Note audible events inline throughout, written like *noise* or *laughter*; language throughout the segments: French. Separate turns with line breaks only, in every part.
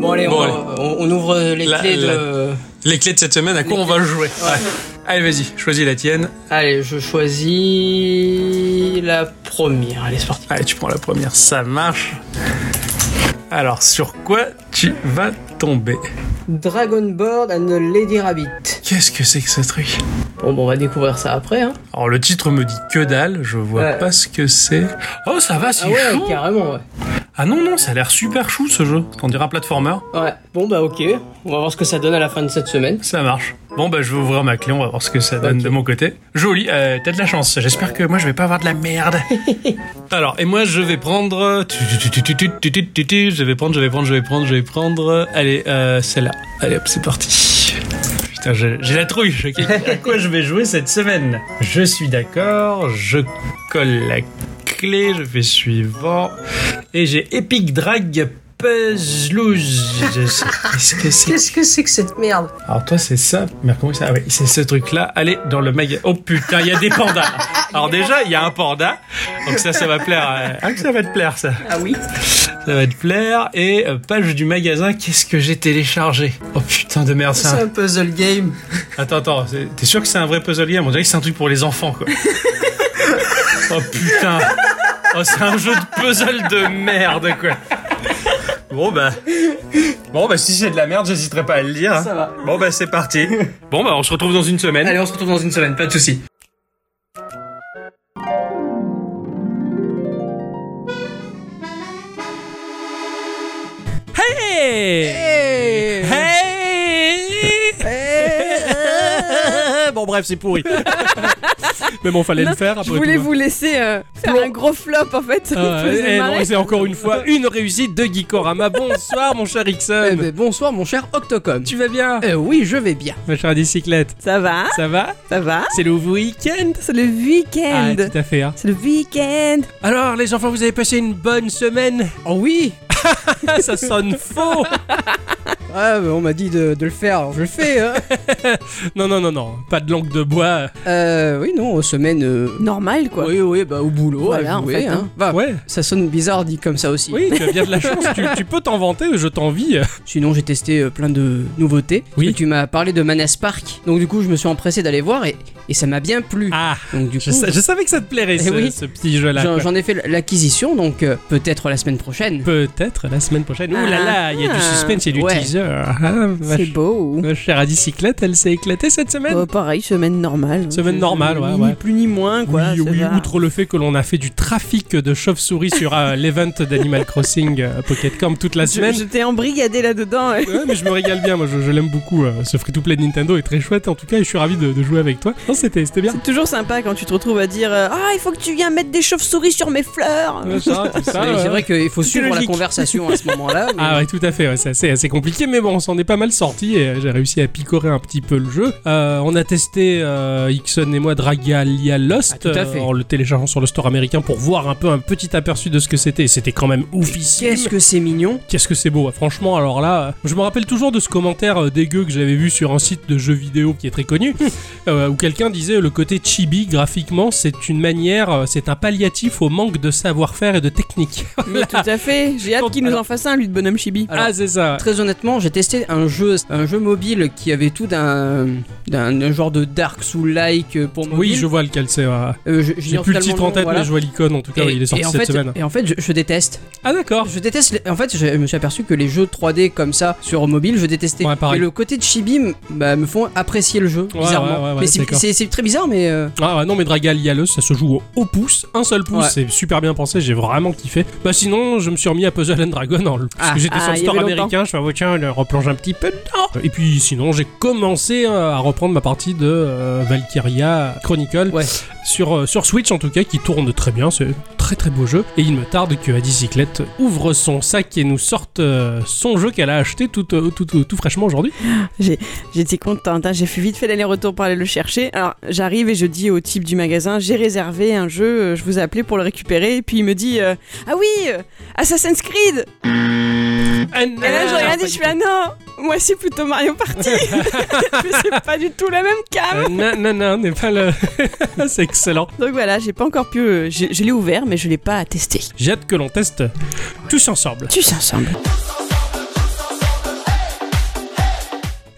Bon, allez, on,
Bon, allez.
on- on ouvre les
La-
clés
la-
de.
Les clés de cette semaine, à quoi
Les
on va jouer Ouais. Allez, vas-y, choisis la tienne.
Allez, je choisis la première. Allez, c'est parti.
Allez, tu prends la première, ça marche. Alors, sur quoi tu vas tomber
Dragon Board and the Lady Rabbit.
Qu'est-ce que c'est que ce truc
Bon, bon, on va découvrir ça après. Hein.
Alors, le titre me dit que dalle, je vois
Ouais.
pas ce que c'est. Oh, ça va, c'est
Ah ouais,
chou
carrément, ouais.
Ah non, non, ça a l'air super chou ce jeu. On dirait un platformer,
Ouais. Bon, bah, ok. On va voir ce que ça donne à la fin de cette semaine.
ça marche. Bon, bah, je vais ouvrir ma clé, on va voir ce que ça donne
Ok.
de mon côté. Joli, euh, t'as de la chance, j'espère que moi je vais pas avoir de la merde. *laughs* Alors, et moi je vais prendre. Je vais prendre, je vais prendre, je vais prendre, je vais prendre. Allez, euh, celle-là. Allez hop, c'est parti. Putain, je- j'ai la trouille. je- *laughs* À quoi je vais jouer cette semaine Je suis d'accord, je colle la clé, je fais suivant. Et j'ai Epic Drag Puzzloose. Qu'est-ce que c'est
Qu'est-ce que c'est que cette merde
alors toi c'est ça, mais comment ça Ah oui, c'est ce truc là. Allez dans le magasin. Oh putain, il y a des pandas. Alors déjà, il y a un panda. Donc ça ça va plaire. euh, Ah que ça va te plaire ça.
Ah oui
Ça va te plaire et euh, page du magasin, qu'est-ce que j'ai téléchargé Oh putain de merde
C'est
ça.
un puzzle game.
Attends attends, c'est- t'es sûr que c'est un vrai puzzle game On dirait que c'est un truc pour les enfants quoi. Oh putain. Oh c'est un jeu de puzzle de merde quoi. Bon bah Bon bah si c'est de la merde, j'hésiterai pas à le dire.
Ça va.
Bon bah c'est parti. *laughs* Bon bah on se retrouve dans une semaine.
Allez, on se retrouve dans une semaine, pas de soucis.
Hey Hey Bon bref, c'est pourri. *laughs* Mais bon, fallait le
Non,
faire après
Je voulais
tout.
vous laisser euh, faire un gros flop en *laughs* fait.
Ah,
Vous vous
eh,
êtes
non,
marrés.
c'est encore une fois une réussite de Geekorama. Bonsoir mon cher Ixon.
Eh ben, bonsoir mon cher Octocom.
Tu vas bien
Euh, oui, je vais bien.
Ma chère bicyclette,
Ça va
ça va
Ça va
C'est le week-end
C'est le week-end.
Ah, tout à fait. hein.
C'est le week-end.
Alors les enfants, vous avez passé une bonne semaine
Oh oui
Ah, *laughs* Ça sonne faux
*laughs* Ah, bah, on m'a dit de, de le faire, alors je le fais. hein.
*laughs* Non, non, non, non, pas de langue de bois.
Euh, oui, non, semaine... euh,
Normal quoi.
Oui, oui, bah au boulot,
Voilà,
à
en
jouer,
fait,
hein.
hein.
Bah,
Ouais,
Ça sonne bizarre dit comme ça aussi.
oui, tu as bien
*laughs*
de la chance, tu, tu peux t'en vanter, je t'envie.
Sinon, j'ai testé euh, plein de nouveautés. Parce
Oui.
que tu m'as parlé de Manas Park. Donc, du coup, je me suis empressé d'aller voir et, et ça m'a bien plu.
Ah,
Donc, du coup,
Je, sa- je savais que ça te plairait
Eh
ce,
oui.
euh, ce petit jeu-là.
j'en
quoi.
j'en ai fait l'acquisition. Donc, euh, peut-être la semaine prochaine.
Peut-être la semaine prochaine. Ouh oh là
Ah.
là, il y a du suspense, il y a du
Ouais.
teaser. Ah, ma,
C'est
ch-
beau.
ma chère Adicyclette, elle s'est éclatée cette semaine.
Oh, pareil, semaine normale. hein.
Semaine
C'est-
normale, ouais,
ni
ouais.
plus ni moins quoi.
oui,
ça
oui,
va.
outre le fait que l'on a fait du trafic de chauves-souris sur euh, l'event d'Animal Crossing euh, Pocket Camp toute la
Je,
semaine.
je t'ai embrigadé là-dedans. ouais.
Ouais, mais je me régale bien, moi je, je l'aime beaucoup. euh, ce free-to-play de Nintendo est très chouette en tout cas et je suis ravi de, de jouer avec toi. Non, c'était c'était bien.
C'est toujours sympa quand tu te retrouves à dire euh, Ah, il faut que tu viennes mettre des chauves-souris sur
*laughs*
mes fleurs.
Ouais, ça, tout ça,
Mais
ouais.
c'est vrai qu'il faut
C'est
suivre
Ah, logique.
la conversation à ce
*laughs*
moment-là. mais-
Ah ouais, tout à fait, ouais, c'est assez, assez compliqué, mais bon, on s'en est pas mal sorti et euh, j'ai réussi à picorer un petit peu le jeu. Euh, on a testé, euh, Ixon et moi, Dragalia Lost, euh,
Ah, tout à fait.
en le téléchargeant sur le store américain pour voir un peu un petit aperçu de ce que c'était, et c'était quand même oufissime.
Qu'est-ce que c'est mignon
Qu'est-ce que c'est beau, ouais. franchement. Alors là, euh, je me rappelle toujours de ce commentaire euh, dégueu que j'avais vu sur un site de jeux vidéo qui est
*laughs*
très connu, euh, où quelqu'un disait le côté chibi graphiquement, c'est une manière, euh, c'est un palliatif au manque de savoir-faire et de technique. *laughs*
Mais tout à fait. J'ai hâte qu'il nous en fasse un, lui, de bonhomme chibi.
Alors-
ah, c'est ça.
Très honnêtement, j'ai testé un jeu, un jeu mobile qui avait tout d'un, d'un d'un genre de Dark Soul-like pour mobile.
Oui, je vois lequel c'est. ouais.
Euh, je- je
J'ai
dis
plus
totalement
le titre en
non,
tête,
voilà.
mais je vois l'icône en tout cas,
Et-
Ah oui, il est sorti
et en
cette
fait-
semaine.
Et en fait, je, je déteste.
Ah d'accord
Je déteste. les- En fait, je, je me suis aperçu que les jeux 3D comme ça sur mobile, je détestais.
Ouais, pareil.
et le côté de chibi m- bah, me font apprécier le jeu,
Ouais,
bizarrement.
ouais, ouais, ouais,
mais c'est,
d'accord.
c'est- c'est très bizarre, mais. euh,
Ah ouais, non mais Dragalialos ça se joue au, au pouce, un seul pouce,
Ouais.
c'est super bien pensé, j'ai vraiment kiffé. Bah sinon je me suis remis à Puzzle and Dragon en- parce
Ah,
que j'étais
ah,
sur le
il y
store
avait longtemps.
américain, je fais ah, tiens je replonge un petit peu dedans. Et puis sinon j'ai commencé euh, à reprendre ma partie de euh, Valkyria Chronicle
Ouais.
sur, euh, sur Switch en tout cas qui tourne très bien, c'est un très très beau jeu. Et il me tarde que Adicyclette ouvre son sac et nous sorte euh, son jeu qu'elle a acheté tout, euh, tout, tout, tout fraîchement aujourd'hui.
J'étais contente, hein, j'ai fait vite fait l'aller-retour pour aller le chercher. Alors j'arrive et je dis au type du magasin, j'ai réservé un jeu, euh, je vous ai appelé pour le récupérer, et puis il me dit, euh, ah oui, euh, Assassin's Creed Et là je regarde et je fais, ah non, moi c'est plutôt Mario Party *laughs* Mais c'est pas du tout la même cam
Euh, non, non, non, n'est pas le. *laughs* c'est excellent.
Donc voilà, j'ai pas encore pu, euh, j'ai- je l'ai ouvert mais je l'ai pas testé.
J'ai hâte que l'on teste tous ensemble.
Tu ensemble.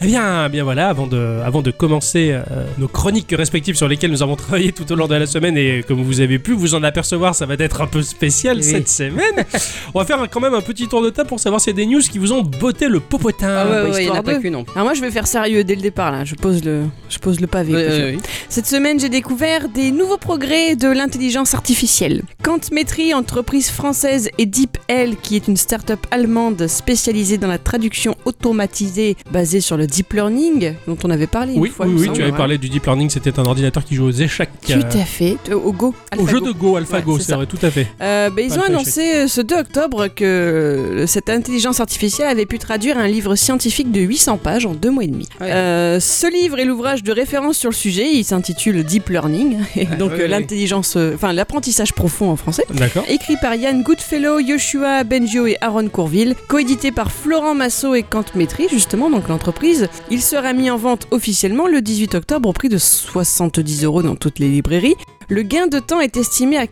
Eh bien, eh bien voilà, avant de, avant de commencer euh, nos chroniques respectives sur lesquelles nous avons travaillé tout au long de la semaine et comme vous avez pu vous en apercevoir, ça va être un peu spécial
Oui.
*laughs*
cette semaine. On va faire quand même un petit tour de table pour savoir s'il y a des news qui vous ont botté le popotin.
Ah ouais, ouais, il n'y
bah,
en a
histoire
pas
d'eux.
qu'une en plus.
Alors moi je vais faire sérieux dès le départ là, je pose le, je pose le pavé. quoi, tu vois. Cette semaine, j'ai découvert des nouveaux progrès de l'intelligence artificielle. Quantmetry, entreprise française, et DeepL, qui est une start-up allemande spécialisée dans la traduction automatisée basée sur le deep learning, dont on avait parlé
Oui,
une fois.
oui,
il me
oui,
semble,
tu avais
ouais.
parlé du deep learning, c'était un ordinateur qui joue aux échecs.
Tout
euh,
à fait, euh, au Go.
au jeu
AlphaGo.
de Go, AlphaGo,
Ouais, c'est
c'est
ça.
vrai, tout à fait.
Euh, ben, ils ont
Alpha
annoncé euh, ce 2 octobre que euh, cette intelligence artificielle avait pu traduire un livre scientifique de 800 pages en deux mois et demi.
Ouais.
Euh, ce livre est l'ouvrage de référence sur le sujet. Il s'intitule Deep Learning, et donc
ouais,
euh,
ouais.
l'intelligence, euh, enfin l'apprentissage profond en français.
D'accord.
Écrit par Yann Goodfellow, Yoshua Benjo et Aaron Courville, coédité par Florent Massot et Kant Métry, justement, donc l'entreprise. Il sera mis en vente officiellement le 18 octobre au prix de 70 euros dans toutes les librairies. Le gain de temps est estimé à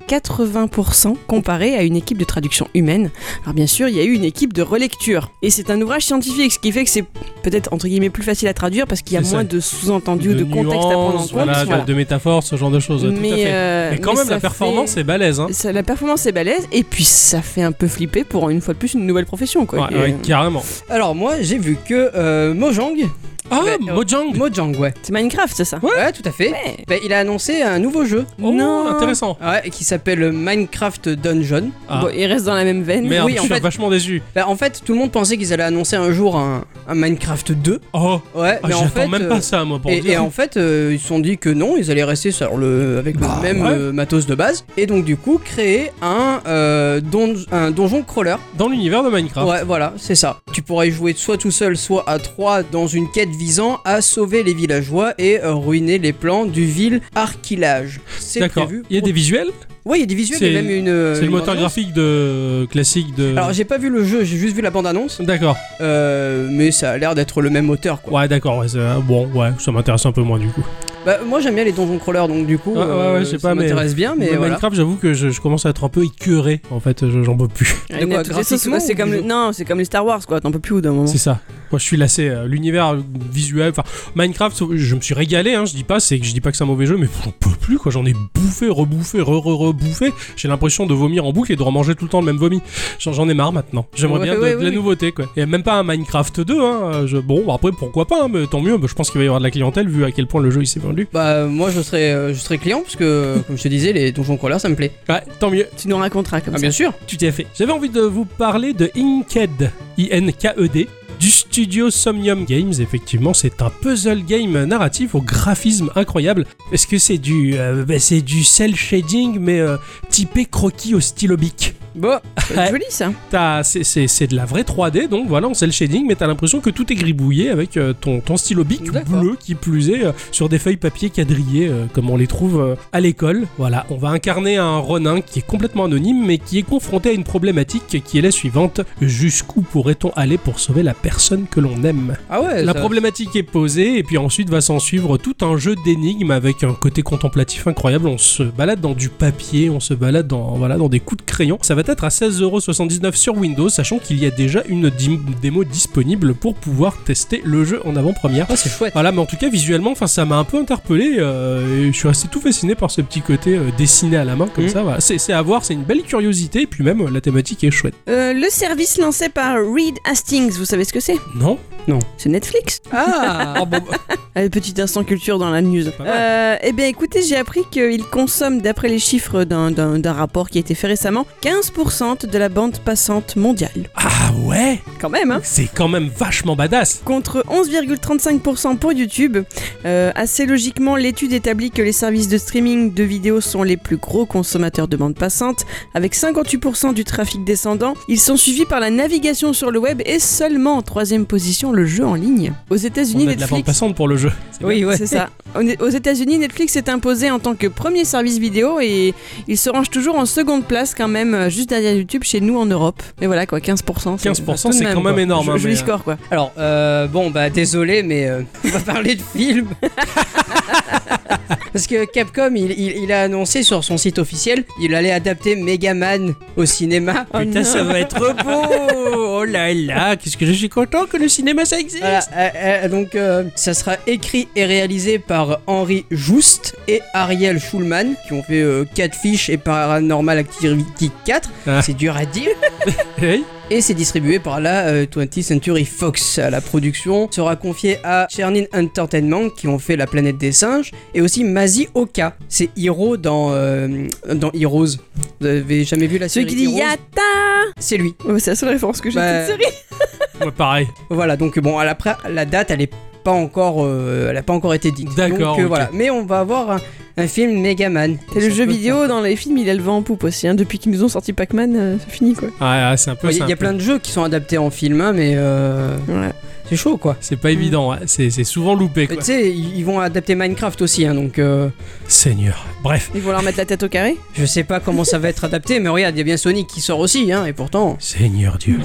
80% comparé à une équipe de traduction humaine. Alors bien sûr, il y a eu une équipe de relecture. Et c'est un ouvrage scientifique, ce qui fait que c'est peut-être entre guillemets plus facile à traduire parce qu'il y a
C'est ça.
moins de sous-entendus ou de, contexte à prendre en
nuances,
compte.
voilà, de-
voilà.
de, métaphores, ce genre de choses, tout à fait.
euh,
Mais quand
mais
même,
ça
la performance
fait-
est balèze. Hein.
ça- la performance est balèze et puis ça fait un peu flipper pour une fois de plus une nouvelle profession quoi.
Ouais,
Et,
ouais,
euh,
carrément.
Alors moi j'ai vu que euh, Mojang,
Ah,
ouais, euh,
Mojang
Mojang ouais.
C'est Minecraft c'est ça
ouais, tout à fait.
Ouais.
Bah, il a annoncé un nouveau jeu
Oh,
Non.
intéressant.
ouais, qui s'appelle Minecraft Dungeon.
Ah.
Bon, il reste dans la même veine.
Merde,
oui,
je
en
suis
fait-
vachement déçu.
Bah, en fait tout le monde pensait qu'ils allaient annoncer un jour un, un Minecraft 2.
Oh,
Ouais,
ah,
mais en
j'attends
fait...
même
euh,
pas ça, moi, pour
et,
dire.
et en fait, euh, ils se sont dit que non, ils allaient rester sur le, avec
Bah,
le même
ouais.
euh, matos de base. Et donc, du coup, créer un, euh, don- un donjon crawler.
Dans l'univers de Minecraft.
Ouais, voilà, c'est ça. Tu pourrais y jouer soit tout seul, soit à trois dans une quête visant à sauver les villageois et euh, ruiner les plans du ville Arquillage. C'est
D'accord.
prévu.
Il y a
pour-
des visuels
Ouais, il y a des visuels,
C'est-
il y a même une. euh,
C'est le
une
moteur
bande-annonce.
graphique de classique de.
Alors, j'ai pas vu le jeu, j'ai juste vu la bande-annonce.
D'accord.
euh, mais ça a l'air d'être le même moteur, quoi.
Ouais, d'accord. ouais, c'est- euh, bon, ouais, ça m'intéresse un peu moins du coup.
Bah, moi, j'aime bien les donjons crawlers, donc du coup,
Ouais, ouais, ouais,
euh,
je sais
ça
pas, mais-
m'intéresse bien, mais voilà.
Minecraft, j'avoue que je, je commence à être un peu écœuré. En fait, je- j'en peux plus.
Ouais,
de
mais
quoi,
à toutes les sauces,
graphiquement
quoi, c'est
ou
comme
du
le-
jeu
non c'est comme les Star Wars quoi. T'en peux plus au d'un moment.
C'est ça. Moi, je suis lassé. euh, L'univers euh, visuel, enfin, Minecraft, je me suis régalé. Hein, je dis pas, c'est que je dis pas que c'est un mauvais jeu, mais j'en peux plus. Quoi, j'en ai bouffé, rebouffé, re, re, rebouffé. J'ai l'impression de vomir en boucle et de remanger tout le temps le même vomi. J'en, j'en ai marre maintenant. J'aimerais
Ouais,
bien de,
ouais,
de
ouais,
la
oui.
nouveauté, quoi. Et même pas un Minecraft 2. Hein, euh, je- bon, bah, après, pourquoi pas hein, mais Tant mieux. bah, je pense qu'il va y avoir de la clientèle vu à quel point le jeu il s'est vendu.
Bah, moi, je serais, euh, je serais client, parce que, comme je te disais, les donjons crawlers, ça me plaît.
Ouais, tant mieux.
Tu nous raconteras comme
Ah,
ça.
bien sûr.
Tout à fait. J'avais envie de vous parler de Inked, I-N-K-E-D, E du studio Somnium Games. Effectivement, c'est un puzzle game narratif au graphisme incroyable. Parce que c'est du, euh, bah, c'est du cel shading, mais euh, typé croquis au stylo bic.
Bon,
C'est joli ça.
T'as- c'est- C'est c'est de la vraie 3D, donc voilà, on sait le shading, mais t'as l'impression que tout est gribouillé avec euh, ton, ton stylo bic
D'accord.
bleu qui plus est euh, sur des feuilles papier quadrillées euh, comme on les trouve euh, à l'école. Voilà, on va incarner un Ronin qui est complètement anonyme mais qui est confronté à une problématique qui est la suivante jusqu'où pourrait-on aller pour sauver la personne que l'on aime
ah ouais,
la
ça-
problématique est posée et puis ensuite va s'en suivre tout un jeu d'énigmes avec un côté contemplatif incroyable. On se balade dans du papier, on se balade dans, voilà, dans des coups de crayon. Ça va être à 16,79€ sur Windows, sachant qu'il y a déjà une dim- démo disponible pour pouvoir tester le jeu en avant-première.
Ah, c'est chouette.
Voilà, mais en tout cas visuellement, enfin ça m'a un peu interpellé euh, et je suis resté tout fasciné par ce petit côté euh, dessiné à la main comme
Mhm.
ça. Voilà. C'est c'est à voir, c'est une belle curiosité et puis même euh, la thématique est chouette.
Euh, le service lancé par Reed Hastings, vous savez ce que c'est
Non
C'est Netflix.
Ah,
Allez, petit instant culture dans la news.
Pas
Euh, eh bien, écoutez, j'ai appris qu'ils consomment, d'après les chiffres d'un- d'un d'un rapport qui a été fait récemment, 15% de la bande passante mondiale.
Ah ouais,
Quand même, hein
c'est quand même vachement badass.
contre 11,35% pour YouTube. Euh, assez logiquement, l'étude établit que les services de streaming de vidéos sont les plus gros consommateurs de bande passante, avec 58% du trafic descendant. Ils sont suivis par la navigation sur le web et seulement en troisième position le jeu en ligne. Aux États-Unis,
On a de la bande
Netflix.
passante pour le jeu. C'est bien.
oui, ouais.
C'est ça. On- Aux États-Unis, Netflix est imposé en tant que premier service vidéo et il se range toujours en seconde place quand même, euh, juste derrière YouTube chez nous en Europe. Mais voilà quoi, 15%. c'est-
15%,
Tout
c'est
de même,
quand même
quoi.
énorme. hein,
Joli
mais, euh,
score quoi.
Alors, euh, bon, bah désolé, mais euh, on va parler de film. Parce que Capcom, il, il- il a annoncé sur son site officiel, il allait adapter Mega Man au cinéma. *laughs*
Putain, ça va être beau Oh là là, qu'est-ce que je suis content que le cinéma ça existe
Voilà, euh, euh, donc euh, ça sera écrit et réalisé par Henri Joust et Ariel Schulman qui ont fait euh, Catfish et Paranormal Activity 4.
Ah.
C'est dur à dire.
Hey.
Et c'est distribué par la euh, 20th Century Fox. La production sera confiée à Chernin Entertainment qui ont fait La planète des singes et aussi Mazi Oka. C'est Hiro dans, euh, dans Heroes. Vous avez jamais vu la série
Celui qui dit
Heroes
Yata
C'est lui.
Oh, C'est la seule référence que j'ai
Bah,
de cette série.
Moi, pareil.
Voilà, donc bon, à la, pra- la date, elle est pas encore, euh, elle a pas encore été dite.
D'accord,
Donc, euh,
ok.
voilà, mais on va avoir un, un film Megaman.
Et
Ça
le jeu
peut
vidéo
faire-
dans les films, il a le vent en poupe aussi. hein. Depuis qu'ils nous ont sorti Pac-Man, euh, c'est fini quoi.
Ah, ah, c'est un peu
Il y a-
ça,
il y
un
a
peu.
plein de jeux qui sont adaptés en film, hein, mais euh,
Ouais.
c'est chaud quoi.
C'est pas évident, ouais. c'est c'est souvent loupé
Mais
quoi.
Tu sais, ils ils vont adapter Minecraft aussi, hein, donc euh,
Seigneur. Bref,
Ils vont leur mettre la tête au carré.
je sais pas comment ça va être adapté, mais regarde, il y a bien Sonic qui sort aussi, hein, et pourtant.
Ah Seigneur Dieu.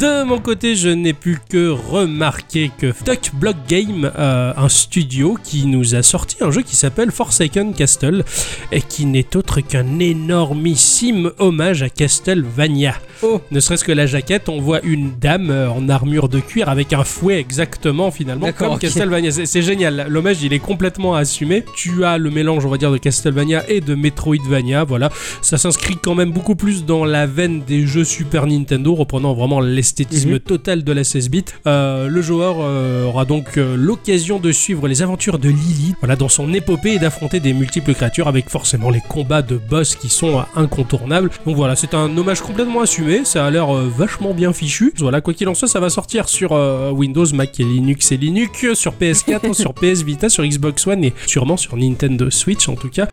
De mon côté, je n'ai pu que remarquer que Duck Block Game, euh, un studio qui nous a sorti un jeu qui s'appelle Forsaken Castle et qui n'est autre qu'un énormissime hommage à Castlevania.
Oh.
Ne serait-ce que la jaquette, on voit une dame euh, en armure de cuir avec un fouet exactement finalement
D'accord,
comme
ok.
Castlevania. C'est- C'est génial, l'hommage il est complètement assumé. Tu as le mélange on va dire de Castlevania et de Metroidvania, voilà. Ça s'inscrit quand même beaucoup plus dans la veine des jeux Super Nintendo, reprenant vraiment l'esthétisme
Mhm.
total de la 16-bit. Euh, le joueur euh, aura donc euh, l'occasion de suivre les aventures de Lily voilà, dans son épopée et d'affronter des multiples créatures avec forcément les combats de boss qui sont euh, incontournables. Donc voilà, c'est un hommage complètement assumé, ça a l'air euh, vachement bien fichu. Voilà, quoi qu'il en soit, ça va sortir sur euh, Windows, Mac et Linux et Linux, sur PS4, *laughs* sur PS Vita, sur Xbox One et sûrement sur Nintendo Switch en tout cas.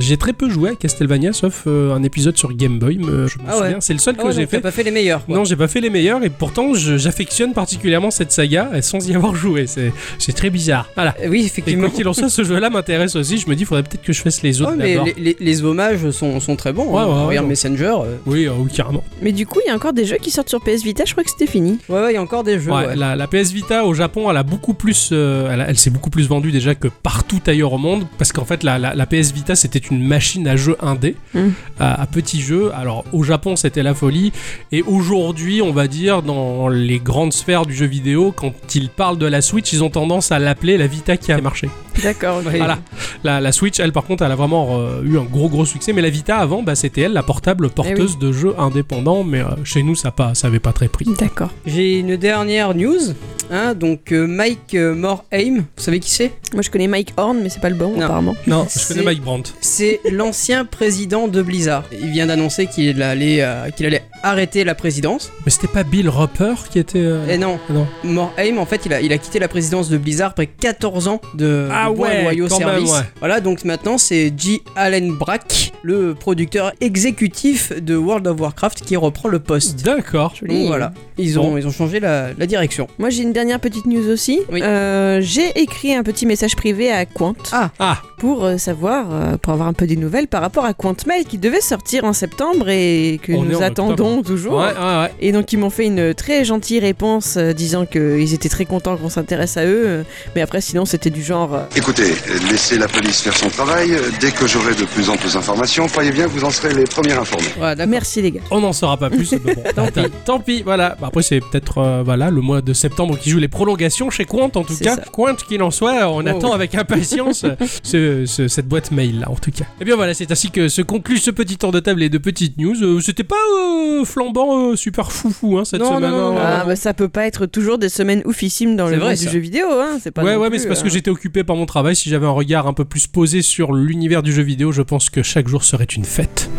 J'ai très peu joué à Castlevania, sauf euh, un épisode sur Game Boy. mais, euh, je me
Ah ouais.
souviens, c'est le seul que
Ah ouais,
j'ai
donc t'as
fait.
pas fait les meilleurs. quoi.
Non, j'ai pas fait les meilleurs et pourtant je- j'affectionne particulièrement cette saga euh, sans y avoir joué. C'est c'est très bizarre. Voilà.
Euh, Oui,
Et
effectivement.
quoi qu'il en soit, ce jeu-là m'intéresse aussi. Je me dis, faudrait peut-être que je fasse les autres
Ah Ouais, mais
d'abord.
les, les- les hommages sont, sont très bons.
Ouais,
hein.
ouais, ouais,
Regarde
non.
Messenger. euh,
Oui, euh, oui, carrément.
Mais du coup, il y a encore des jeux qui sortent sur PS Vita. Je crois que c'était fini.
Ouais, ouais, il y a encore des jeux.
Ouais,
ouais.
La, la PS Vita au Japon, elle a beaucoup plus, euh, elle, a- elle s'est beaucoup plus vendue déjà que partout ailleurs au monde, parce qu'en fait la, la- la PS Vita c'était une machine à jeux indé,
Mm.
à, à petits jeux. Alors au Japon c'était la folie, et aujourd'hui on va dire dans les grandes sphères du jeu vidéo, quand ils parlent de la Switch, ils ont tendance à l'appeler la Vita qui a marché.
D'accord. ok.
Ouais.
Voilà. La, la Switch, elle, par contre, elle a vraiment euh, eu un gros gros succès. Mais la Vita, avant, bah, c'était elle, la portable porteuse de jeux indépendants. Mais euh, chez nous, ça pas, ça avait pas très pris.
D'accord.
J'ai une dernière news. Hein, donc euh, Mike euh, Morhaime, vous savez qui c'est
Moi, je connais Mike Horn, mais c'est pas le bon
Non.
apparemment.
Non, je
C'est-
connais Mike Brandt.
C'est l'ancien président de Blizzard. Il vient d'annoncer qu'il allait, euh, qu'il allait arrêter la présidence.
Mais c'était pas Bill Roper qui était. euh,
Et non,
non.
Morheim, en fait, il a, il a quitté la présidence de Blizzard après 14 ans de,
Ah
de bons
ouais,
et loyaux
quand même,
services.
ouais.
Voilà, donc maintenant, c'est J. Allen Brack, le producteur exécutif de World of Warcraft, qui reprend le poste.
D'accord.
Donc voilà, ils ont,
Bon.
ils ont changé la, la direction.
Moi, j'ai une dernière petite news aussi.
Oui.
Euh, j'ai écrit un petit message privé à Quant
Ah,
pour euh, savoir, euh, pour avoir un peu des nouvelles par rapport à Quantmail qui devait sortir en septembre et que
On est en
nous attendons toujours.
ouais, ouais, ouais.
Et donc ils m'ont fait une très gentille réponse euh, disant qu'ils étaient très contents qu'on s'intéresse à eux, euh, mais après sinon c'était du genre... euh,
Écoutez, laissez la police faire son travail. Dès que j'aurai de plus en plus d'informations, croyez bien que vous en serez les premiers informés.
Voilà, d'accord.
Merci les gars.
On n'en saura pas plus. mais bon, tant, pis. tant pis, voilà. Bah, après, c'est peut-être euh, voilà, le mois de septembre qui joue les prolongations chez Quant, en tout
C'est
cas.
ça.
Quant, qu'il en soit, on
Oh,
attend
oui.
avec impatience euh, ce- ce- cette boîte mail-là, en tout cas. Et bien voilà, c'est ainsi que se conclut ce petit tour de table et de petites news. Euh, C'était pas euh, flambant, euh, super foufou hein, cette
Non, non,
semaine.
non,
hein.
non,
Ah, bah, ça peut pas être toujours des semaines oufissimes dans
C'est
le
vrai,
monde du
ça.
jeu vidéo, hein. C'est pas
ouais,
non
ouais, mais
plus,
c'est parce
euh,
que j'étais occupé par mon travail. Si j'avais un regard un peu plus posé sur l'univers du jeu vidéo, je pense que chaque jour serait une fête.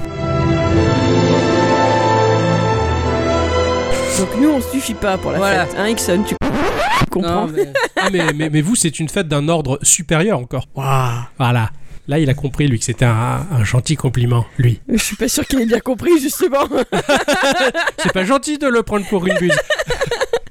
Donc nous on suffit pas pour la
Voilà.
fête. Hein Ixon, tu comprends
Non, mais-
Ah, mais, mais, mais vous, c'est une fête d'un ordre supérieur encore. Voilà. Là, il a compris, lui, que c'était un, un gentil compliment, lui.
Je suis pas sûr qu'il ait bien compris justement. *laughs*
C'est pas gentil de le prendre pour une buse.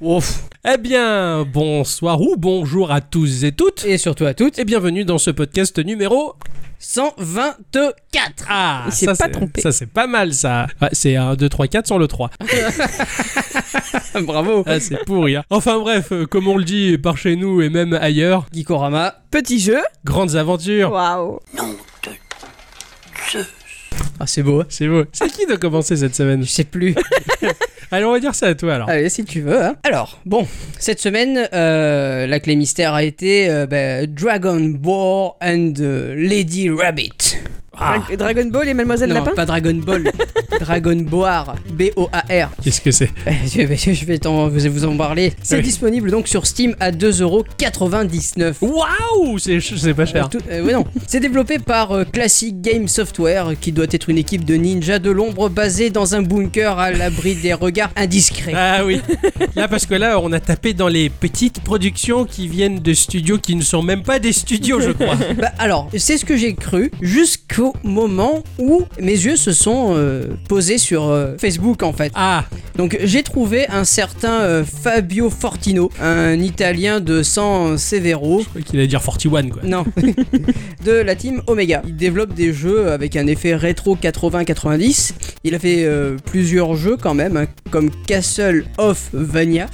Ouf. Eh bien, bonsoir ou bonjour à tous et toutes.
Et surtout à toutes,
Et bienvenue dans ce podcast numéro
124
Ah,
Il s'est
ça,
pas
c'est-
trompé.
Ça, c'est pas mal, ça. Ouais, c'est 1, 2, 3, 4 sans le 3.
*laughs* Bravo
Ah, c'est pourri. hein. Enfin bref, euh, comme on le dit par chez nous et même ailleurs,
Gikorama,
Petit jeu.
grandes aventures.
Waouh.
Ah, c'est beau. hein.
C'est beau. C'est qui de commencer cette semaine
Je sais plus.
Allez, on va dire ça à toi
*laughs*
alors.
Allez, si tu veux. hein. Alors, bon, cette semaine, euh, la clé mystère a été euh, bah, Dragon Ball and euh, Lady Rabbit.
Ah.
Dra- Dragon Ball et Mademoiselle
non,
Lapin
pas Dragon Ball. Dragon Boar. B-O-A-R.
Qu'est-ce que c'est
Euh, *laughs* Je je vais t'en- je vais vous en parler. C'est
Oui.
disponible donc sur Steam à 2,99€.
Waouh C'est ch- c'est pas cher.
Euh, tout- euh, ouais, *laughs* non. C'est développé par euh, Classic Game Software, euh, qui doit être une équipe de ninjas de l'ombre basée dans un bunker à l'abri des regards indiscrets.
Ah oui. Là, parce que là, on a tapé dans les petites productions qui viennent de studios qui ne sont même pas des studios,
*laughs*
je crois.
Bah, alors, c'est ce que j'ai cru jusqu'au moment où mes yeux se sont euh, posés sur euh, Facebook en fait.
Ah,
Donc j'ai trouvé un certain euh, Fabio Fortino, un Italien de sang sévéro.
je crois qu'il allait dire 41, quoi.
Non, *laughs* de la team Omega. Il développe des jeux avec un effet rétro 80-90. Il a fait euh, plusieurs jeux quand même, hein, comme Castle of Vania,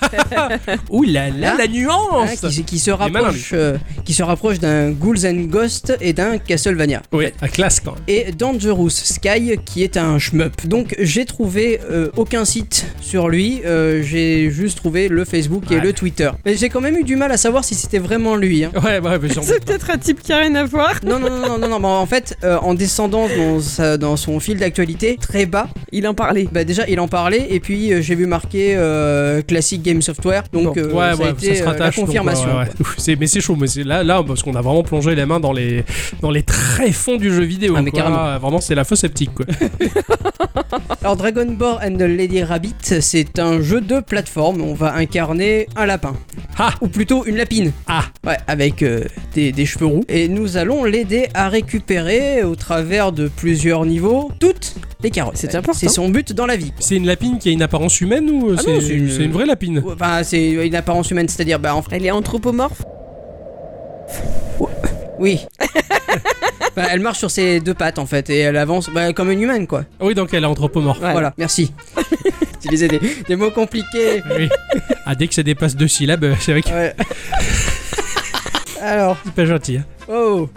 Ouh là là, la
hein,
nuance
qui, qui se
Oh, malin,
rapproche, euh, qui se rapproche d'un Ghouls and Ghost et d'un Castlevania.
Oui, à classe quand même.
et Dangerous Sky qui est un shmup. Donc j'ai trouvé euh, aucun site sur lui, euh, j'ai juste trouvé le Facebook et
Ouais.
le Twitter. Mais j'ai quand même eu du mal à savoir si c'était vraiment lui. hein.
Ouais, ouais, mais j'en
C'est peut-être un type qui a rien à voir.
Non, non, non, non, non, non, mais en fait, euh, en descendant dans, sa- dans son fil d'actualité, très bas,
Il en parlait.
bah déjà il en parlait, et puis euh, j'ai vu marqué euh, Classic Game Software, *laughs* donc
Bon,
euh, ça a été euh, la
donc,
confirmation.
ouais, ouais.
quoi.
Ouf, c'est- mais c'est chaud, mais c'est là, là, parce qu'on a vraiment plongé les mains dans les, dans les très fonds du jeu vidéo.
Ah, mais
quoi.
carrément.
Vraiment, c'est la fausse sceptique, quoi.
Alors Dragon Ball and the Lady Rabbit, c'est un jeu de plateforme, on va incarner un lapin.
Ah.
Ou plutôt une lapine.
Ah.
Ouais, avec euh, des, des cheveux roux. Et nous allons l'aider à récupérer au travers de plusieurs niveaux toutes les carottes.
C'est important.
C'est son but dans la vie. quoi.
C'est une lapine qui a une apparence humaine ou euh,
Ah
c'est,
non, c'est une-
c'est une vraie lapine
Ouais, Enfin, c'est une apparence humaine, c'est-à-dire, bah en fait,
Elle est anthropomorphe.
oui. Enfin, elle marche sur ses deux pattes en fait et elle avance bah, comme une humaine quoi.
Oui, donc elle est anthropomorphe.
Ouais.
Voilà, merci. Utiliser des, des mots compliqués.
Oui. Ah, dès que ça dépasse deux syllabes, euh, c'est vrai que
Ouais. Alors,
c'est pas gentil. hein.
oh.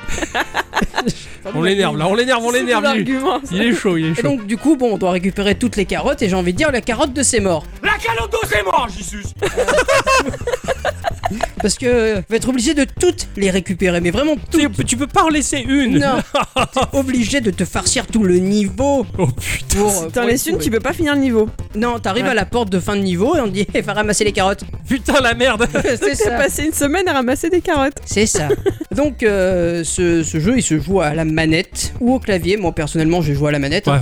On l'énerve, là, on l'énerve, on
C'est tout
l'énerve. Il,
l'argument.
il est chaud, il est
Et
chaud.
donc du coup, bon, on doit récupérer toutes les carottes et j'ai envie de dire la carotte de ses morts. La carotte de ses morts, j'y *laughs* Parce que euh, va être obligé de toutes les récupérer, mais
*laughs*
vraiment toutes.
tu, tu peux pas en laisser une
Non, t'es obligé de te farcir tout le niveau.
*laughs* Oh putain
Pour, euh,
Si
pour
t'en laisses
les
une, tu
trouver.
peux pas finir le niveau.
Non, t'arrives à la porte de fin de niveau et on te dit, *laughs* eh, va ramasser les
*laughs*
carottes.
Putain la merde
C'est
T'as
ça.
passé une semaine à ramasser des carottes.
C'est ça. Donc euh, ce, ce jeu, il se joue à la manette ou au clavier. Moi personnellement, je joue à la manette.
Ouais, ouais.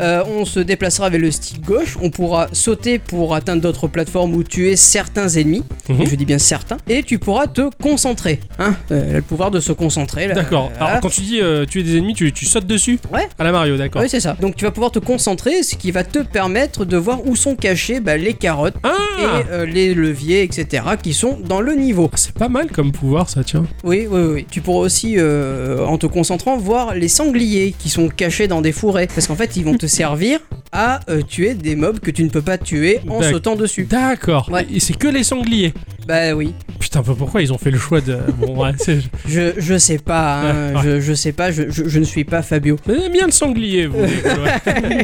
Euh, on se déplacera avec le stick gauche, on pourra sauter pour atteindre d'autres plateformes ou tuer certains ennemis,
Mhm.
Et je dis bien certains, et tu pourras te concentrer. Hein Euh, elle a le pouvoir de se concentrer. là.
*laughs* D'accord.
Voilà.
Alors quand tu dis euh, tuer des ennemis, tu, tu sautes dessus
hein. Ouais.
À la Mario, d'accord.
Ah Oui, c'est ça. Donc tu vas pouvoir te concentrer, ce qui va te permettre de voir où sont cachées bah, les carottes
Ah
et euh, les leviers, etc., qui sont dans le niveau.
Ah, C'est pas mal comme pouvoir ça, tiens.
Oui, oui, oui. Tu pourras aussi, euh, en te concentrant, voir les sangliers qui sont cachés dans des fourrés, parce qu'en fait, ils vont te *laughs* servir à euh, tuer des mobs que tu ne peux pas tuer en
D'ac-
sautant dessus.
D'accord.
Ouais.
Et c'est que les sangliers.
Bah oui.
Putain, bah pourquoi ils ont fait le choix de.
*laughs*
Bon, ouais, c'est.
Je, je sais pas, hein,
Ouais, ouais.
je, je sais pas, je, je, je ne suis pas Fabio.
Vous aimez bien le
*laughs*
sanglier, vous. les gars, ouais.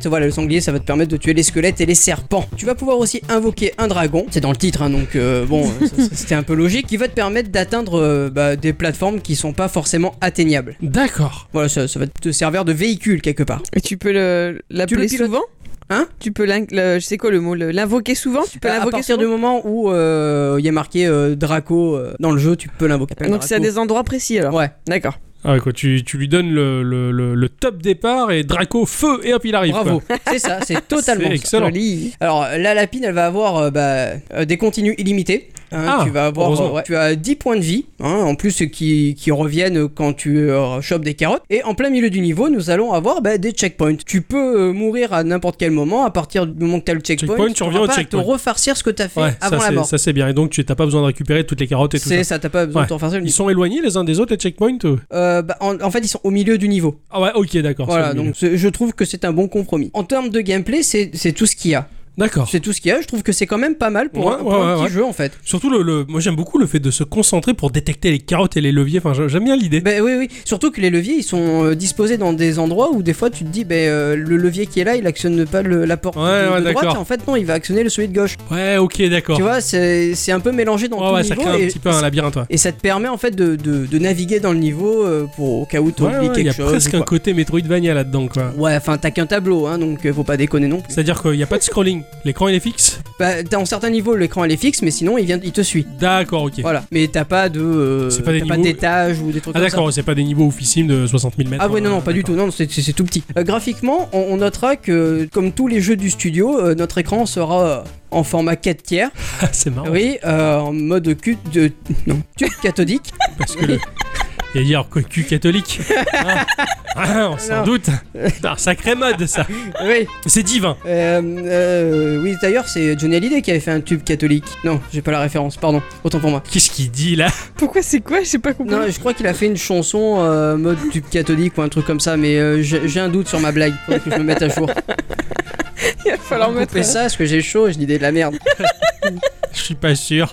Tu vois, le sanglier, ça va te permettre de tuer les squelettes et les serpents. Tu vas pouvoir aussi invoquer un dragon, c'est dans le titre, hein, donc euh, bon, euh, ça- ça- c'était un peu logique, qui va te permettre d'atteindre euh, bah, des plateformes qui sont pas forcément atteignables.
D'accord.
Voilà, ça, ça va te servir de véhicule quelque part.
Et tu peux le- l'appeler
pilotes.
souvent
Hein
Tu peux l'in- le- je sais quoi le mot, le- l'invoquer souvent Tu peux
Bah, À- à
l'invoquer
partir
souvent
du moment où euh, il y a marqué euh, Draco euh, dans le jeu, tu peux l'invoquer.
Ah, Donc c'est à des endroits précis alors.
Ouais,
D'accord.
Ah, quoi, tu, tu lui donnes le, le, le- le top départ et Draco, feu, et hop, il arrive.
bravo.
quoi.
C'est ça,
*laughs*
c'est totalement
C'est
ça.
excellent.
Joli.
Alors la lapine elle va avoir euh, bah, euh, des continues illimités. hein,
Ah,
tu vas avoir
heureusement.
ouais, tu as 10 points de vie hein, en plus euh, qui, qui reviennent quand tu euh, chopes des carottes et en plein milieu du niveau nous allons avoir bah, des checkpoints tu peux euh, mourir à n'importe quel moment à partir du moment que tu as le checkpoint,
Checkpoint, tu
t'auras
reviens au
pas à
checkpoint.
te refarcir ce que tu as fait
Ouais,
avant
ça,
la
c'est-
mort
ça c'est bien. Et donc, tu t'as pas besoin de récupérer toutes les carottes et tout ça.
c'est ça t'as pas besoin
Ouais.
de te refarcir le
Ils
niveau.
sont éloignés les uns des autres, les checkpoints ou-
Euh, bah, en, en fait ils sont au milieu du niveau
Ah ouais, ok, d'accord.
voilà
c'est le
donc c'est- je trouve que c'est un bon compromis en termes de gameplay c'est c'est tout ce qu'il y a
D'accord.
C'est tout ce qu'il y a. Je trouve que c'est quand même pas mal pour,
Ouais,
un- pour
ouais,
un
ouais,
petit
ouais.
jeu en fait.
Surtout, le, le- moi j'aime beaucoup le fait de se concentrer pour détecter les carottes et les leviers. Enfin, j'a- j'aime bien l'idée.
Ben oui, oui. Surtout que les leviers, ils sont euh, disposés dans des endroits où des fois tu te dis, ben euh, le levier qui est là, il actionne pas le- la porte
Ouais,
de,
ouais,
de droite.
d'accord.
Et en fait, non, il va actionner le celui de gauche.
Ouais, ok, d'accord.
Tu vois, c'est c'est un peu mélangé dans
Ouais,
tout
ouais,
le
ça
niveau.
crée un
et,
petit peu un labyrinthe, ouais.
et ça te permet en fait de, de- de naviguer dans le niveau euh, pour au cas où
Ouais,
t'oublies
ouais, Il y
quelque
a
chose.
presque
ou
un
quoi.
côté Metroidvania là-dedans, quoi.
Ouais, enfin t'as qu'un tableau, hein, donc euh, faut pas déconner non plus.
C'est-à-dire qu'il n'y a pas de scrolling. L'écran il est fixe.
Bah, dans certains niveaux, l'écran elle est fixe, mais sinon il vient, il te suit.
D'accord, ok.
Voilà. Mais t'as pas de, euh,
C'est pas des
t'as pas
niveaux-
d'étage ou des trucs
Ah
comme ça.
d'accord, c'est pas des niveaux officimes de 60 000 mètres.
Ah ouais, non,
euh,
non, pas du tout,
d'accord.
non, c'est c'est- c'est tout petit. Euh, graphiquement, on, on notera que, comme tous les jeux du studio, euh, notre écran sera euh, en format 4 tiers,
Ah, c'est marrant.
oui, euh, en mode cul de... Non, tube *laughs* cathodique.
Parce que le... Il y a dire
*laughs*
cocu catholique. Ah, ah, on s'en
Alors.
doute. C'est un sacré mode ça.
oui.
C'est divin.
Euh, euh, oui, d'ailleurs, c'est Johnny Hallyday qui avait fait un tube catholique. Non, j'ai pas la référence, pardon, autant pour moi.
Qu'est-ce qu'il dit là
Pourquoi c'est quoi J'ai pas compris. *laughs*
Non, je crois qu'il a fait une chanson euh, mode tube catholique ou un truc comme ça, mais euh, j'ai j'ai un doute sur ma blague, faudrait que je me mette à
*laughs*
jour.
Il va falloir
Coupez
mettre.
ça, parce que j'ai chaud, et je dis de la merde.
Je suis pas sûr.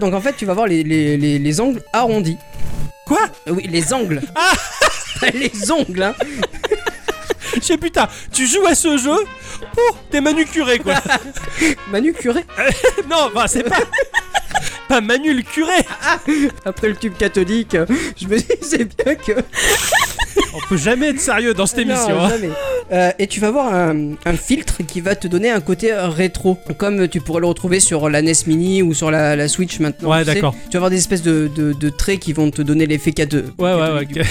Donc en fait, tu vas voir les, les- les- les angles arrondis.
Quoi
Euh, Oui, les *laughs* angles. les ongles, hein.
Je sais putain, tu joues à ce jeu pour t'es
*laughs*
manucuré quoi.
Manu Curé,
non, bah c'est pas *laughs* pas manul curé.
après le tube catholique, euh, je me dis, c'est bien que.
On peut jamais être sérieux dans cette émission.
Non,
hein.
jamais. Euh, et tu vas voir un, un filtre qui va te donner un côté euh, rétro, comme tu pourrais le retrouver sur la NES Mini ou sur la, la Switch maintenant.
Ouais,
tu sais.
d'accord.
Tu vas avoir des espèces de, de- de traits qui vont te donner l'effet cathode.
hein. Ouais, ouais, ouais.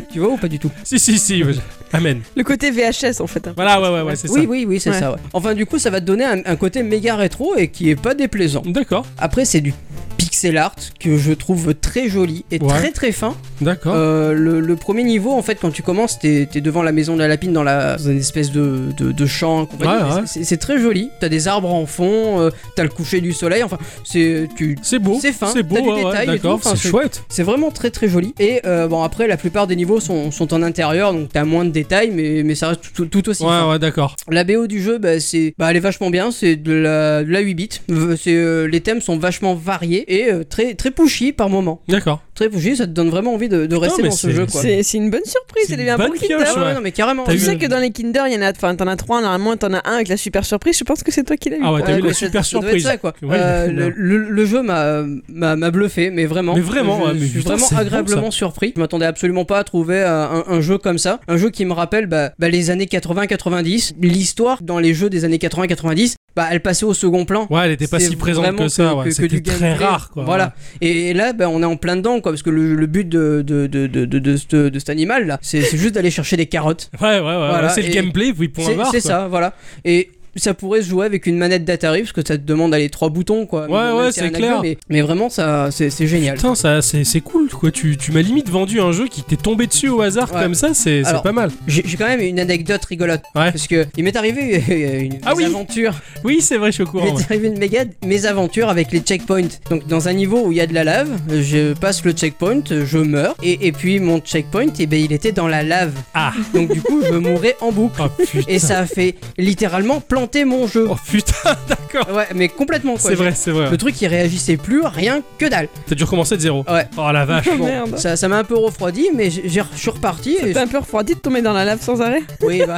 ok.
Tu vois ou pas du tout
si, si, si. ouais. Amen.
euh, Le côté VHS en fait. hein.
Voilà, ouais, ouais, ouais, c'est
Oui,
ça.
oui, oui, c'est
Ouais.
ça. ouais. Enfin, du coup, ça va te donner un, un côté méga rétro et qui est pas déplaisant.
D'accord,
Après, c'est du pixel art que je trouve très joli et
Ouais.
très très fin.
d'accord.
Euh, le, le premier niveau, en fait, quand tu commences, t'es es devant la maison de la lapine dans, la, dans une espèce de, de, de champ. et compagnie.
Ouais, ouais.
C'est- C'est c'est très joli. T'as des arbres en fond, euh, t'as le coucher du soleil. Enfin, c'est tu.
C'est beau.
c'est fin,
C'est beau,
t'as du
ouais, ouais,
détail et
d'accord.
tout, enfin,
c'est
c'est-
chouette.
C'est vraiment très très joli. Et euh, bon, après, la plupart des niveaux sont, sont en intérieur, donc t'as moins de détails, mais, mais ça reste tout, tout aussi. fin.
Ouais, ouais, d'accord.
La BO du jeu, bah, c'est, bah, elle est vachement bien. C'est de la, de la 8 bits. Euh, C'est, euh, les thèmes sont vachement variés et euh, très, très pushy par moment.
D'accord.
Très pushy, ça te donne vraiment envie de, de rester
mais
dans ce
c'est-
jeu, quoi.
C'est c'est une bonne surprise.
C'est
Elle est bien
une bonne
pour le Kinder.
pioche,
Ah ouais,
ouais.
non, mais carrément.
T'as
Tu
eu
sais
le-
que dans les Kinder, il y en a, enfin, t'en as trois, normalement, t'en as un avec la super surprise. Je pense que c'est toi qui l'as eu.
Ah ouais, t'as
Ouais,
eu la
mais ça-
super
ça doit être
surprise.
ça, quoi.
Ouais,
Euh,
non.
le, le- le jeu m'a, m'a, m'a bluffé, mais vraiment.
Mais vraiment,
je,
ouais, mais
je suis
putain,
vraiment
c'est bon,
agréablement surpris. Je m'attendais absolument pas à trouver euh, un, un jeu comme ça. Un jeu qui me rappelle bah, bah, les années 80-90. L'histoire dans les jeux des années 80-90, bah, elle passait au second plan.
Ouais, elle était pas
C'est
si présente
vraiment
que ça.
que-
ouais.
que- que
C'était
du
très
gameplay.
rare, quoi.
Voilà. Et là, bah, on est en plein dedans, quoi, parce que le, le but de, de, de, de, de, de ce- de cet animal, là, c'est c'est juste d'aller chercher des carottes.
Ouais, ouais, ouais. ouais,
Voilà,
c'est le
et-
gameplay, puis point
C'est
barre,
c'est
quoi.
ça, voilà. Et ça pourrait se jouer avec une manette d'Atari, parce que ça te demande d'aller trois boutons, quoi.
Ouais,
Même
ouais,
si
c'est
un
clair.
avion, Mais, mais vraiment, ça, c'est c'est génial.
Putain, ça, c'est c'est cool, quoi. Tu, tu m'as limite vendu un jeu qui t'est tombé dessus au hasard
Ouais.
comme ça, c'est c'est
Alors-
pas mal.
J'ai j'ai quand même une anecdote rigolote.
Ouais.
Parce que il m'est arrivé *laughs* euh, une
Ah oui.
aventure.
Oui, c'est vrai, je suis au
Il
courant.
m'est
ouais.
*laughs* arrivé une méga mésaventure avec les checkpoints. Donc dans un niveau où il y a de la lave, je passe le checkpoint, je meurs, et, et puis mon checkpoint, et ben il était dans la lave.
Ah.
Donc du coup, je mourais en boucle.
Oh putain.
Et ça a fait littéralement planter mon jeu.
*laughs* Oh putain, *laughs* d'accord.
Ouais, mais complètement quoi.
C'est vrai, c'est vrai.
Le truc, il réagissait plus, rien que dalle.
T'as dû recommencer de zéro.
Ouais.
Oh la vache.
Oh, merde.
Ça ça m'a un peu refroidi, mais j'ai- j'ai- je suis reparti. et-
T'es un peu refroidi de tomber dans la lave sans arrêt.
oui, bah,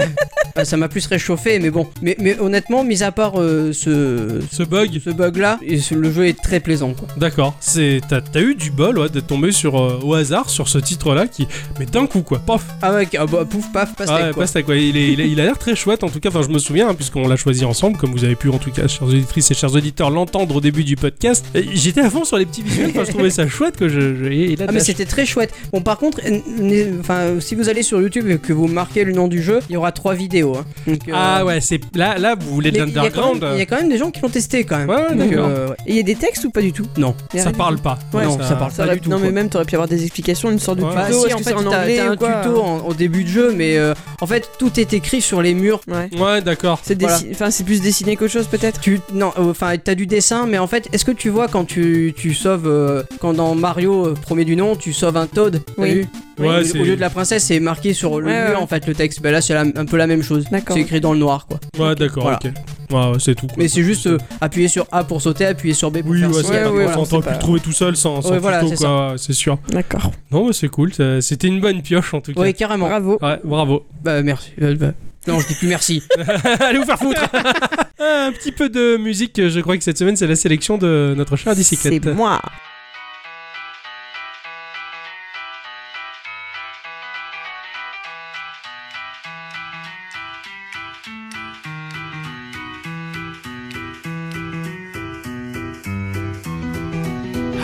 bah, ça m'a plus réchauffé, mais bon. Mais, mais honnêtement, mis à part euh, ce,
Ce bug,
ce bug-là, et ce- le jeu est très plaisant. Quoi.
d'accord. C'est t'as t'as eu du bol, ouais, de tomber sur euh, au hasard sur ce titre-là qui, mais d'un coup quoi, paf.
Ah ouais, ah bah, pouf, paf, passe
Ah ouais, pastèque, ouais. Il, est- il est- il a l'air très chouette en tout cas. Enfin, je me souviens hein, puisqu'on l'a choisi ensemble, comme vous avez pu en tout cas, chers auditrices et chers auditeurs, l'entendre au début du podcast. Et J'étais à fond sur les petits visuels. Enfin, je trouvais ça chouette que je. je- il a de
Ah
la
mais c'était très chouette. Bon par contre, n- n- enfin si vous allez sur YouTube et que vous marquez le nom du jeu, il y aura trois vidéos. hein. Donc, euh,
Ah ouais, c'est là, là, vous voulez
mais
de
il y, a quand
l'underground.
même- il y a quand même des gens qui l'ont testé quand même.
Ouais,
Donc,
d'accord.
euh, ouais.
Et il y a des textes ou pas du tout
Non,
Il y a
euh, Ça
rien
parle
du
pas.
Ouais,
non, ça, parle
tout.
pas
Ça aurait-
du tout.
non mais
quoi.
même t'aurais pu avoir des explications, une sorte de
Ouais.
Bah,
tuto,
si,
est-ce
en
que
fait,
c'est en
t'as-
anglais
t'as un
ou quoi
tuto en- au début de jeu, mais euh, En fait, tout est écrit sur les murs.
Ouais.
Ouais, d'accord.
C'est
Voilà.
dessi- enfin, c'est plus dessiné qu'autre chose peut-être.
Tu non, euh, enfin t'as du dessin, mais en fait, est-ce que tu vois quand tu, tu sauves euh, quand dans Mario euh, premier du nom, tu sauves un Toad t'as
Oui.
vu
Ouais,
Au-
c'est-
au, lieu de la princesse, c'est marqué sur le
Ouais,
mur
ouais.
en fait le texte. Bah là, c'est la- un peu la même chose.
D'accord.
C'est écrit dans le noir quoi.
Ouais, d'accord,
Voilà.
ok. Ouais, ouais, c'est tout. quoi.
Mais c'est juste euh, appuyer sur A pour sauter, appuyer sur B pour
Oui,
faire
ouais,
ci,
c'est pas
appuyer-
ouais,
grave,
voilà.
on
c'est
t'aurait pu
pas-
le trouver tout seul sans, sans
Ouais, voilà,
tuto,
c'est
quoi, ouais, c'est sûr.
D'accord.
Non, mais c'est cool, ça- c'était une bonne pioche en tout cas.
Ouais, carrément.
Bravo.
Ouais, bravo.
Bah merci. Euh, bah, Non, je dis plus merci.
*laughs* Allez vous faire foutre Un petit peu de musique, je crois que cette semaine c'est la sélection de notre
Ah,
cher
C'est
bicyclette.
moi.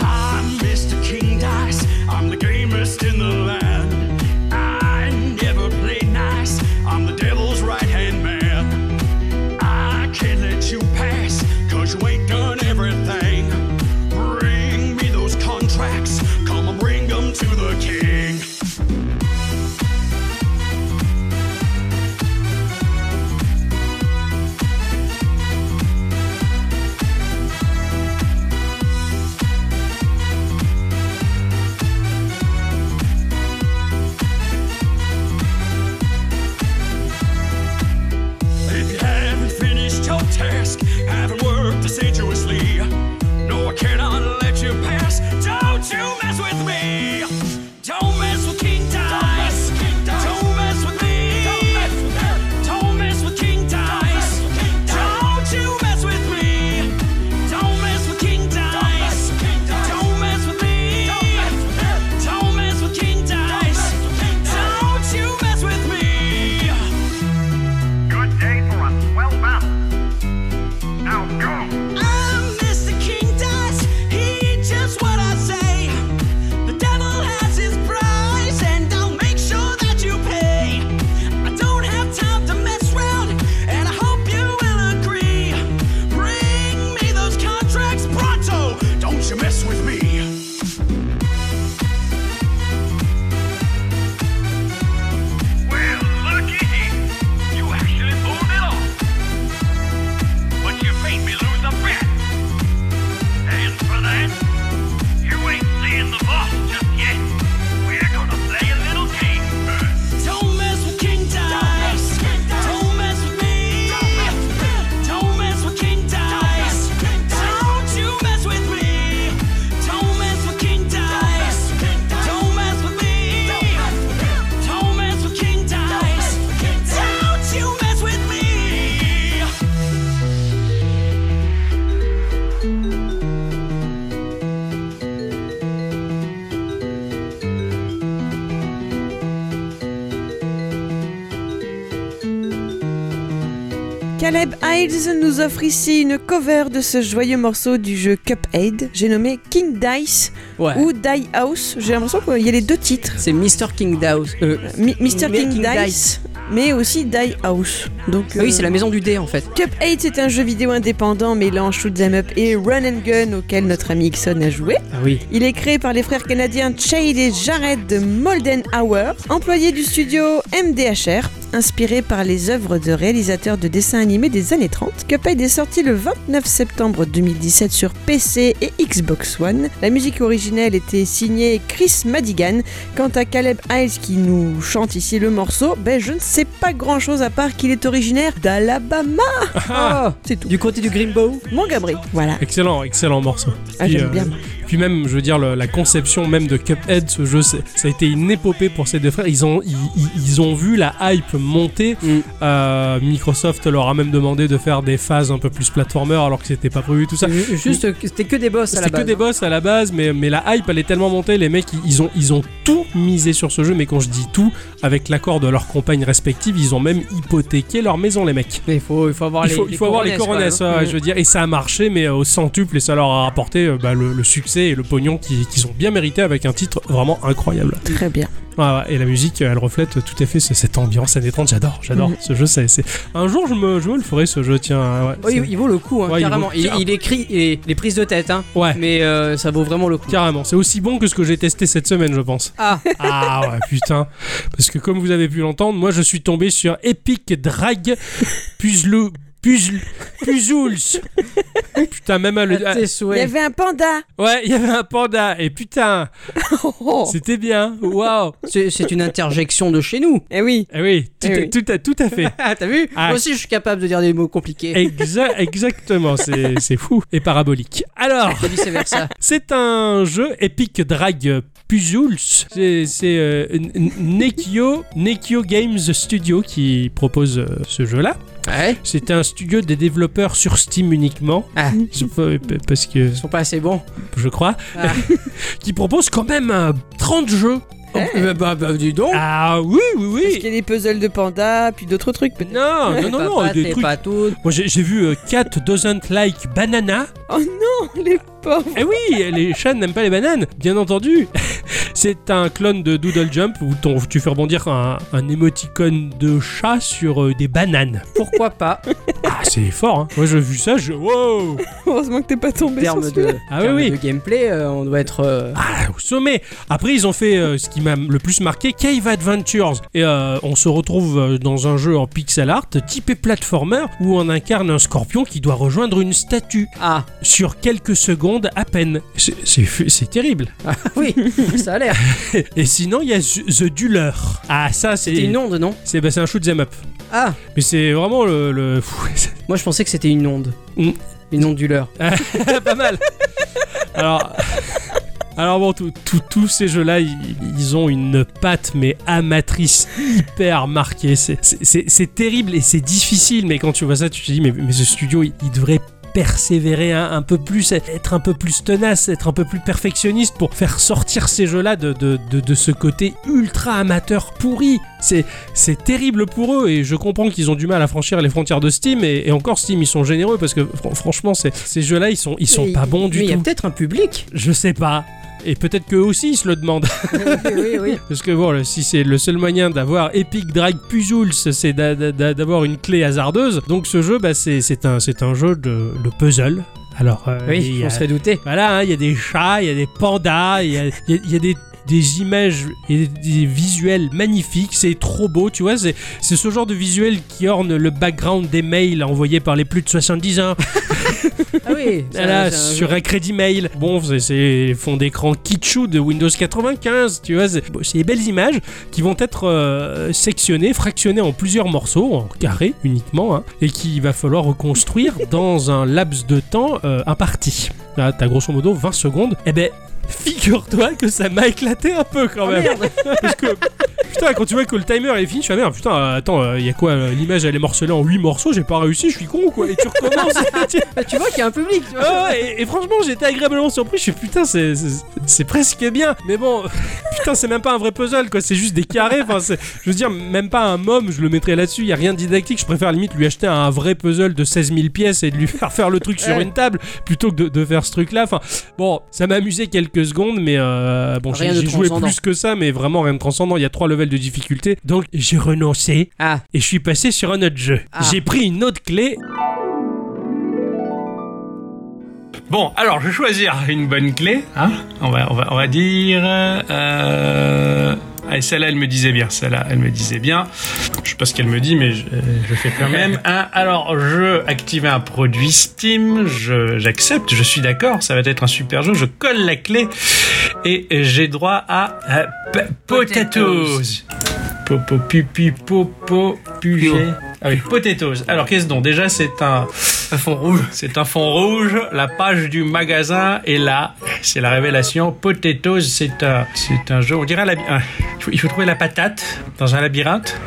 I'm Mr. King Dice. I'm the gamest in the land. I never play nice. I'm the devil's right hand man. I can't let you pass, cause you ain't done everything. Bring me those contracts. Come and bring them to the king. If you haven't finished your task, haven't worked assiduously, no, I cannot let you pass. Don't you mess with me. Don't mess with King Dice. Don't mess with me. Don't mess with King Dice. Don't you mess with me. Don't mess with King Dice. Don't mess with me. Don't mess with King Dice. Don't you mess with me. Good day for a swell battle. Now go. I'm Mr. King Dice. He eats just what I say. The devil has his price, and I'll make sure that you pay. I don't have time to mess around, and I hope you will agree. Bring me those contracts pronto. Don't you mess with me. Well, looky here. You actually pulled it off. But you made me lose a bet. And for that, you ain't seeing the boss just yet. We're gonna play a little game first. Don't mess with King Dice. Don't mess with me. Don't mess with King Dice. Don't you mess with me. Don't mess with King Dice. Don't mess with me. Don't mess with King Dice. Don't you mess with me.
Caleb Hiles nous offre ici une cover de ce joyeux morceau du jeu Cuphead. J'ai nommé King Dice
Ouais.
ou Die House. J'ai l'impression qu'il y a les deux titres.
C'est Mr. King Dice. Euh,
Mi- Mr.
Mais
King,
King
Dice,
Dice.
mais aussi Die House. Donc,
ah
euh,
oui, c'est la maison du dé en fait.
Cuphead, c'est un jeu vidéo indépendant mélange shoot 'em up et run and gun auquel notre ami Ixon a joué.
Ah oui.
Il est créé par les frères canadiens Chade et Jared de Molden Hour, employés du studio MDHR, inspiré par les œuvres de réalisateurs de dessins animés des années 30. Cuphead est sorti le 29 septembre 2017 sur PC et Xbox One. La musique originelle était signée Chris Madigan. Quant à Caleb Hiles qui nous chante ici le morceau, ben je ne sais pas grand chose à part qu'il est originaire d'Alabama. Oh,
Ah,
C'est tout.
du côté du Grimbow.
Mon Gabriel, voilà.
Excellent, excellent morceau.
Ah,
Puis, euh,
j'aime bien.
Puis même, je veux dire, le- la conception même de Cuphead, ce jeu, c'est- ça a été une épopée pour ces deux frères. Ils ont, ils, ils- ils ont vu la hype monter.
Mm.
Euh, Microsoft leur a même demandé de faire des phases un peu plus platformer alors que c'était pas prévu, tout ça.
Ju- Juste, euh, c'était que des boss à la
C'était
base. hein.
que des boss à la base, mais, mais la hype elle est tellement montée, les mecs ils, ils ont, ils ont tout misé sur ce jeu, mais quand je dis tout, avec l'accord de leurs compagnes respectives, ils ont même hypothéqué leur maison les mecs.
Mais il faut, il faut avoir
Il
Oh, les
faut, il faut avoir les
coronesses, quoi,
coronesses,
hein.
ouais, je veux dire, et ça a marché, mais euh, au centuple, et ça leur a rapporté euh, bah, le, le succès passé et le pognon qui- qu'ils ont bien mérité avec un titre vraiment incroyable.
Très bien.
Ouais, ouais, et la musique, elle reflète tout à fait ce- cette ambiance années 30. J'adore, j'adore
Mm.
Mhm.
ce jeu. c'est c'est- Un jour, je me, je me le ferai, ce jeu, tiens. ouais,
Oh, il,
c'est-
il vaut le coup, hein,
Ouais, il
carrément.
vaut-
Il, il écrit les, les prises de tête, hein,
ouais,
mais euh, ça vaut vraiment le coup.
carrément. C'est aussi bon que ce que j'ai testé cette semaine, je pense.
Ah.
Ah ouais, putain. Parce que comme vous avez pu l'entendre, moi, je suis tombé sur Epic Drag Puzzle... Puzzle... Puzzles. Putain, même à le...
À
à-
Ah, tes
Il y
souhaits.
avait un panda. Oh,
Ouais, il y avait un panda. Et putain, c'était bien. Waouh.
C'est c'est une interjection de chez nous.
Eh oui.
Eh oui, tout,
Eh
à-
oui.
tout à, tout à fait.
Ah, t'as vu
Ah.
Moi aussi, je suis capable de dire des mots compliqués.
Exa- exactement, c'est c'est fou. Et parabolique. Alors,
Et vice versa.
c'est un jeu Epic Drag Puzzles. C'est c'est, euh, N- N- Nekio, Nekio Games Studio qui propose euh, ce jeu-là.
*laughs* Ouais.
C'est un studio des développeurs sur Steam uniquement.
Ah.
Je- euh, p- Parce que
Ils sont pas assez bons.
je crois.
Ah.
*laughs* qui propose quand même euh, 30 jeux.
Euh, bah, bah, dis donc.
Ah oui, oui, oui.
Parce qu'il y a des puzzles de panda, puis d'autres trucs peut-être.
Non, non, non, non,
Ah, Papa,
des
t'es
trucs.
pas tout.
Moi, j'ai j'ai vu euh, Cat doesn't like banana.
Oh non, les pauvres. *laughs*
Eh oui, les chats n'aiment pas les bananes, bien entendu. *laughs* C'est un clone de Doodle Jump où ton- tu fais rebondir un, un émoticône de chat sur euh, des bananes.
Pourquoi *laughs* pas
Ah, c'est fort, hein. Moi, j'ai vu ça, je. Wow
Heureusement que t'es pas tombé
terme
sur
de,
Ah
terme
oui, oui.
de gameplay, euh, on doit être. euh,
Ah, au sommet. Après, ils ont fait euh, ce qui m'a le plus marqué, Cave Adventures. Et euh, on se retrouve euh, dans un jeu en pixel art, typé platformer, où on incarne un scorpion qui doit rejoindre une statue
Ah
sur quelques secondes à peine. C'est- C'est c'est terrible.
Ah, oui, ça a *laughs* l'air.
Et sinon, il y a The Duller. Ah, ça, c'est.
C'était une onde, non
C'est bah, c'est un shoot 'em up.
Ah,
Mais c'est vraiment le. le- *laughs* Pfff, c'est
moi je pensais que c'était une onde.
Mm.
Une onde du leurre.
pas mal Alors. Alors bon, tout- tout- tous ces jeux-là, ils, ils ont une patte mais amatrice hyper marquée. C'est- C'est c'est- c'est terrible et c'est difficile, mais quand tu vois ça, tu te dis mais, mais ce studio, il, il devrait persévérer un, un peu plus, être un peu plus tenace, être un peu plus perfectionniste pour faire sortir ces jeux-là de, de- de- de ce côté ultra amateur pourri. C'est c'est terrible pour eux et je comprends qu'ils ont du mal à franchir les frontières de Steam et, et encore Steam ils sont généreux parce que fran- franchement c'est- ces jeux-là ils sont ils sont
Mais-
pas bons du
Mais il y a
tout.
peut-être un public.
Je sais pas. Et peut-être qu'eux aussi ils se le demandent.
*laughs*
*laughs*
oui, oui, oui.
Parce que bon, le- si c'est le seul moyen d'avoir Epic Drag Puzzles, c'est d'a- d'a- d'a- d'avoir une clé hasardeuse. Donc ce jeu, bah, c'est c'est un, c'est un jeu de, de puzzle. Alors, euh, il
Oui,
y a-
on serait douté.
voilà, hein, il y a des chats, il y a des pandas, il y a, il y a- il y a des, des images et des visuels magnifiques. C'est trop beau, tu vois. C'est c'est ce genre de visuel qui orne le background des mails envoyés par les plus de 70 ans.
Ah *laughs* oui, ça-
Voilà,
c'est un-
sur un crédit mail. Bon, c'est- c'est les fonds d'écran kitschou de Windows 95, tu vois. C'est bon, c'est des belles images qui vont être euh, sectionnées, fractionnées en plusieurs morceaux, en carré uniquement, hein, et qu'il va falloir reconstruire *laughs* dans un laps de temps euh, imparti. Là, t'as grosso modo 20 secondes. Eh ben, figure-toi que ça m'a éclaté un peu quand
Ah,
même. *laughs* Parce que, putain, quand tu vois que le timer est fini, je suis ah merde, putain, euh, attends, il y a quoi euh, L'image, elle est morcelée en 8 morceaux, j'ai pas réussi, je suis con ou quoi Et tu recommences *laughs*
Ah, tu vois qu'il y a un public, tu vois.
ah ouais, et, et franchement, j'étais agréablement surpris. Je suis putain, c'est- c'est c'est presque bien. Mais bon, *laughs* putain, c'est même pas un vrai puzzle, quoi. C'est juste des carrés. Enfin, c'est- je veux dire, même pas un môme, je le mettrais là-dessus. Y a rien de didactique. Je préfère limite lui acheter un vrai puzzle de 16 000 pièces et de lui *laughs* faire faire le truc sur une table plutôt que de, de faire ce truc-là. Enfin, bon, ça m'a amusé quelques secondes, mais euh, bon, j'ai
Rien de
j'ai joué
transcendant.
plus que ça, mais vraiment rien de transcendant. Il y a trois levels de difficulté. Donc, j'ai renoncé
Ah,
et je suis passé sur un autre jeu.
Ah.
J'ai pris une autre clé
Bon, alors je vais choisir une bonne clé. Hein on, va, on, va, on va dire. Euh... Allez, celle-là, elle me disait bien. Celle-là, elle me disait bien. Je sais pas ce qu'elle me dit, mais je, euh, je fais quand même. Hein, alors, je active un produit Steam. Je- J'accepte, je, suis d'accord. Ça va être un super jeu. Je colle la clé et j'ai droit à euh, p- potatoes. Popo pipi popo puget. Ah oui, potatoes. Alors qu'est-ce donc Déjà, c'est un, un fond rouge. C'est un fond rouge. La page du magasin est là. C'est la révélation. Potatoes, c'est un, c'est un jeu. On dirait un laby- un- il faut- il faut trouver la patate dans un *laughs* labyrinthe.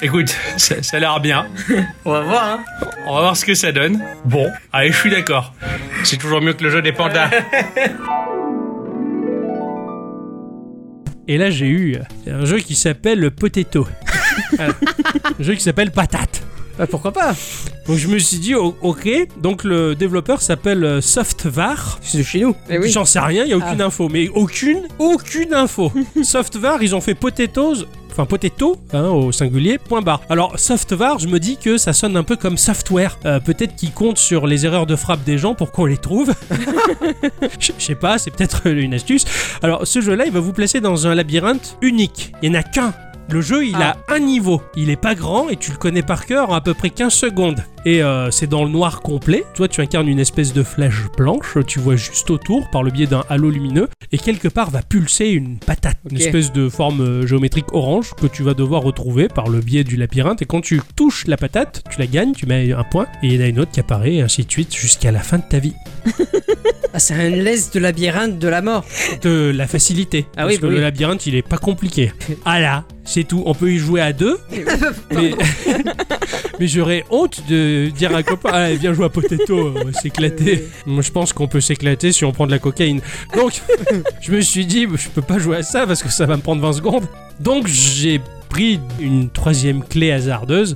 Écoute, ça, ça a l'air bien. On va voir. Hein. On va voir ce que ça donne. Bon, allez, je suis d'accord. C'est toujours mieux que le jeu des *laughs* pandas.
Et
*laughs*
là, j'ai eu euh, un jeu qui s'appelle Potato. Voilà. un jeu qui s'appelle Patate. Bah, pourquoi pas Donc je me suis dit, o- ok, donc le développeur s'appelle euh, SoftVar.
C'est de chez nous.
Eh oui.
J'en sais rien, il y a aucune info, mais aucune, aucune
*laughs*
info. SoftVar, ils ont fait potatoes. Enfin, potato, hein, au singulier, point barre. Alors, SoftVar, je me dis que ça sonne un peu comme software. Euh, peut-être qu'ils comptent sur les erreurs de frappe des gens pour qu'on
*laughs*
les trouve. *laughs* Je je sais pas, c'est peut-être une astuce. Alors, ce jeu-là, il va vous placer dans un labyrinthe unique. Il n'y en a qu'un. Le jeu, il a un niveau. Il est pas grand et tu le connais par cœur en à peu près 15 secondes. Et euh, c'est dans le noir complet. Toi, tu incarnes une espèce de flash blanche. Tu vois juste autour par le biais d'un halo lumineux. Et quelque part va pulser une patate. Une
Ok.
espèce de forme euh, géométrique orange que tu vas devoir retrouver par le biais du labyrinthe. Et quand tu touches la patate, tu la gagnes, tu mets un point. Et il y en a une autre qui apparaît, et ainsi de suite, jusqu'à la fin de ta vie.
Ah, c'est un laisse de labyrinthe de la mort.
de la facilité.
Ah
parce
oui,
que
bah
le
oui.
labyrinthe, il est
*laughs*
pas compliqué. Ah là, c'est tout. On peut y jouer à deux. mais *laughs* mais j'aurais honte de dire à un copain Allez, viens jouer à Potato, on va s'éclater. Moi, je pense qu'on peut s'éclater si on prend de la cocaïne.
*laughs*
Donc, je me suis dit bah, Je peux pas jouer à ça parce que ça va me prendre 20 secondes. Donc, j'ai pris une troisième clé hasardeuse.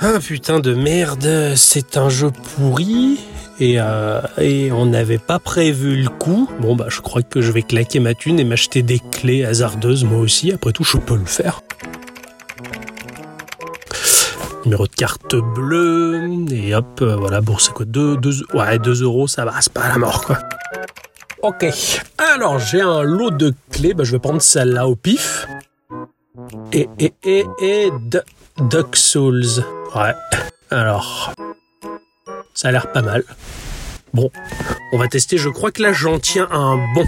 Ah putain de merde, c'est un jeu pourri et, euh, et on n'avait pas prévu le coup. Bon bah je crois que je vais claquer ma thune et m'acheter des clés hasardeuses moi aussi, après tout je peux le faire. Numéro de carte bleue, et hop, euh, voilà, bon c'est quoi 2 ouais, deux euros, ça va, c'est pas la mort quoi. Ok, alors j'ai un lot de clés, bah, je vais prendre celle-là au pif. Et, et, et, et, D- Duck Souls. Ouais, alors, ça a l'air pas mal. Bon, on va tester, je crois que là j'en tiens un bon.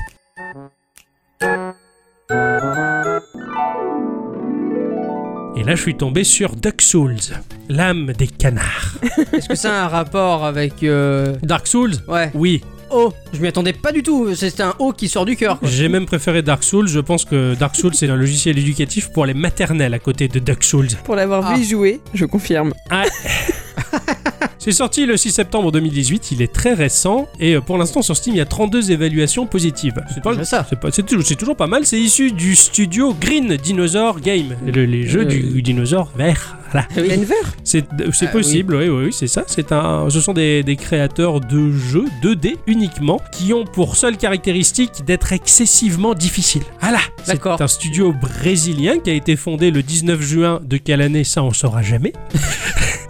Et là je suis tombé sur Duck Souls, l'âme des canards.
Est-ce que ça a un rapport avec. euh,
Dark Souls
Ouais.
Oui,
Oh, je m'y attendais pas du tout. C'est un haut qui sort du
*laughs*
cœur. quoi.
J'ai même préféré Dark Souls. Je pense que Dark Souls c'est un logiciel éducatif pour les maternelles à côté de Dark Souls.
Pour l'avoir
Ah.
vu y jouer, je confirme.
C'est sorti le 6 septembre 2018. Il est très récent et euh, pour l'instant sur Steam il y a 32 évaluations positives. C'est pas
Déjà ça.
C'est pas- c'est toujours, c'est toujours pas mal. C'est issu du studio Green Dinosaur Game, Le- les jeux
Euh,
du dinosaure vert. Voilà.
Denver
C'est euh, c'est
Ah,
possible, oui, oui, oui, c'est ça. C'est un, ce sont des, des créateurs de jeux 2D uniquement qui ont pour seule caractéristique d'être excessivement difficiles. Voilà. C'est
D'accord.
un studio brésilien qui a été fondé le 19 juin de quelle année Ça, on saura jamais.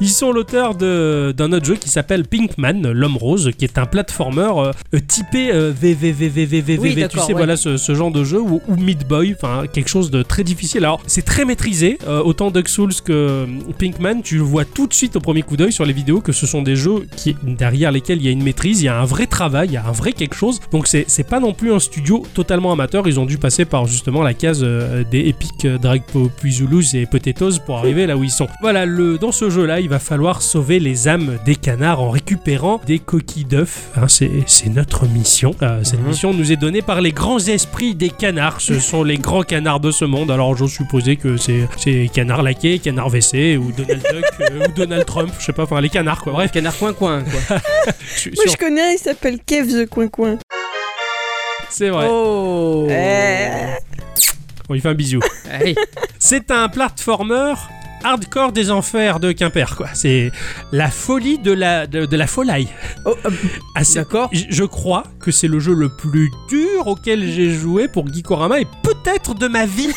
Ils sont l'auteurs de- d'un autre jeu qui s'appelle Pinkman, l'homme rose, qui est un platformer euh, euh, typé euh, VVVVVVV.
Oui,
tu
d'accord,
sais,
ouais.
voilà ce, ce genre de jeu ou, ou Meat Boy, enfin quelque chose de très difficile. Alors c'est très maîtrisé, euh, autant Duck Souls que euh, Pinkman, tu le vois tout de suite au premier coup d'œil sur les vidéos que ce sont des jeux qui derrière lesquels il y a une maîtrise, il y a un vrai travail, il y a un vrai quelque chose. Donc c'est c'est pas non plus un studio totalement amateur, ils ont dû passer par justement la case euh, des épiques Drag Pupuzulus et Potatoes pour arriver là où ils sont. Voilà, le, dans ce jeu là, il va falloir sauver les âmes des canards en récupérant des coquilles d'œufs. Hein, c'est c'est notre mission. Euh,
Mhm.
cette mission nous est donnée par les grands esprits des canards. Ce sont les grands canards de ce monde. Alors j'ose supposer que c'est c'est canard laqué, canard WC ou Donald Duck
*laughs*
euh, ou Donald Trump, je sais pas, enfin les canards quoi. Bref,
Canard coin-coin, quoi.
*laughs* su-
Moi
sur-
je connais, il s'appelle Kev the Coin Coin.
c'est vrai.
Oh
Euh,
On lui fait un bisou.
Allez.
C'est un platformer hardcore des enfers de Quimper, quoi. C'est la folie de la, de, de la folie.
Oh, euh,
Ah, c'est-
D'accord.
Je je crois que c'est le jeu le plus dur auquel j'ai joué pour Gikorama et peut-être de ma *laughs* vie.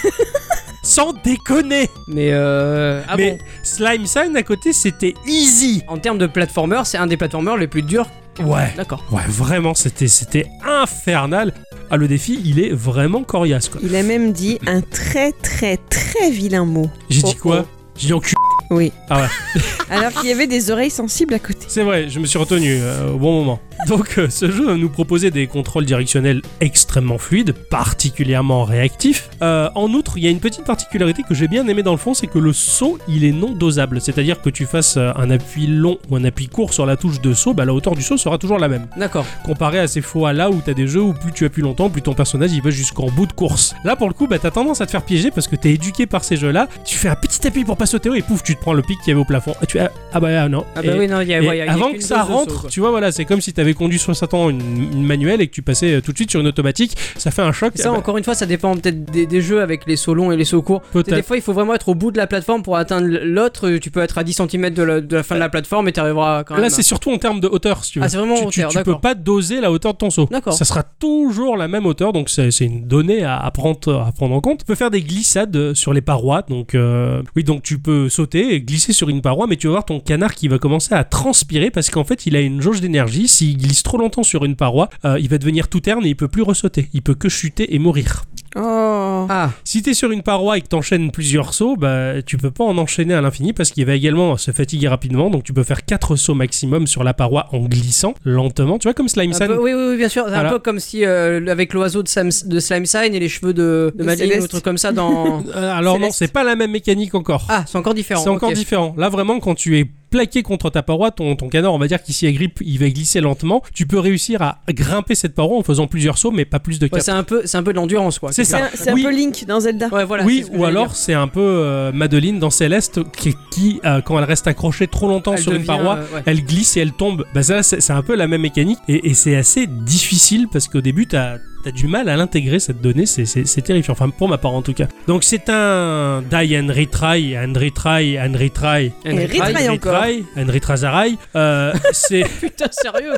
Sans déconner.
Mais euh. Ah
Mais
bon
Slime Sign à côté, c'était easy.
En termes de platformer, c'est un des platformers les plus durs.
Ouais.
D'accord.
Ouais, vraiment, c'était c'était infernal. Ah, le défi, il est vraiment coriace, quoi.
Il a même dit un très très très vilain mot.
J'ai
Oh,
dit quoi J'ai dit en cul.
Oui.
Ah ouais.
*laughs* Alors qu'il y avait des oreilles sensibles à côté.
C'est vrai, je me suis retenu euh, au bon moment. Donc euh, ce jeu va nous proposer des contrôles directionnels extrêmement fluides, particulièrement réactifs. Euh, en outre, il y a une petite particularité que j'ai bien aimé dans le fond, c'est que le saut, il est non dosable. C'est-à-dire que tu fasses euh, un appui long ou un appui court sur la touche de saut, bah, la hauteur du saut sera toujours la même
D'accord.
comparé à ces fois là où t'as des jeux où plus tu appuies longtemps, plus ton personnage il va jusqu'en bout de course. Là pour le coup, bah t'as tendance à te faire piéger parce que t'es éduqué par ces jeux là. Tu fais un petit appui pour pas sauter haut et pouf, tu te prends le pic qu'il y avait au plafond. Et tu ah, ah bah ah, non.
Ah bah
Et-
oui, non, il y a,
et
Eh ouais, il y a- il y a
avant
qu'une
que ça
dose de saut,
rentre,
quoi.
tu vois, voilà, c'est comme si t'avais avais conduit 60 ans une, une manuelle et que tu passais euh, tout de suite sur une automatique, ça fait un choc.
Ça,
Ah bah,
encore une fois, ça dépend peut-être des, des jeux avec les sauts longs et les sauts courts.
Peut-être.
Des fois, il faut vraiment être au bout de la plateforme pour atteindre l'autre. Tu peux être à 10 cm de la, de la fin de la plateforme et tu arriveras quand même.
Là, c'est surtout en termes de hauteur, si tu veux.
Ah, c'est vraiment
tu,
en
tu-
hauteur,
tu peux
d'accord.
pas doser la hauteur de ton saut.
D'accord.
Ça sera toujours la même hauteur, donc c'est c'est une donnée à, à prendre, à prendre en compte. Tu peux faire des glissades euh, sur les parois, donc euh, oui, donc tu peux sauter et glisser sur une paroi, mais tu vas voir ton canard qui va commencer à transpirer parce qu'en fait, il a une jauge d'énergie. S'il glisse trop longtemps sur une paroi, euh, il va devenir tout terne et il peut plus ressauter. Il peut que chuter et mourir.
Oh.
Ah,
Si t'es sur une paroi et que t'enchaînes plusieurs sauts, bah tu peux pas en enchaîner à l'infini parce qu'il va également se fatiguer rapidement. Donc tu peux faire 4 sauts maximum sur la paroi en glissant lentement. Tu vois comme Slime
un
San.
peu- oui, oui, oui, bien sûr. C'est
Voilà.
Un peu comme si euh, avec l'oiseau de, Sam- de Slime Sign et les cheveux de, de
De
Madeleine
Céleste.
ou un truc comme ça
*laughs*
dans.
Euh, alors non,
Céleste.
c'est pas la même mécanique encore.
Ah, c'est encore différent.
c'est encore
ok.
différent. Là vraiment, quand tu es plaqué contre ta paroi, ton, ton canard, on va dire qu'il s'y agrippe, il va glisser lentement. Tu peux réussir à grimper cette paroi en faisant plusieurs sauts, mais pas plus de
Ouais,
4.
c'est un peu, c'est un peu de l'endurance, quoi.
c'est
C'est
ça.
un, c'est un
Oui.
peu Link dans Zelda.
Ouais, voilà. c'est
oui,
ce que
ou
j'allais
alors c'est un peu euh, Madeline dans Céleste qui, qui, euh, quand elle reste accrochée trop longtemps
dire. Elle
sur une
devient,
paroi,
euh, ouais.
elle glisse et elle tombe. Bah ça, c'est c'est un peu la même mécanique et, et c'est assez difficile parce qu'au début, t'as as du mal à l'intégrer cette donnée. C'est- C'est c'est terrifiant. Enfin, pour ma part en tout cas. Donc c'est un die and retry, and retry, and retry,
Elle
Et
détraille.
retry encore.
retry, and retrasarai. Euh, c'est
Putain, *laughs* sérieux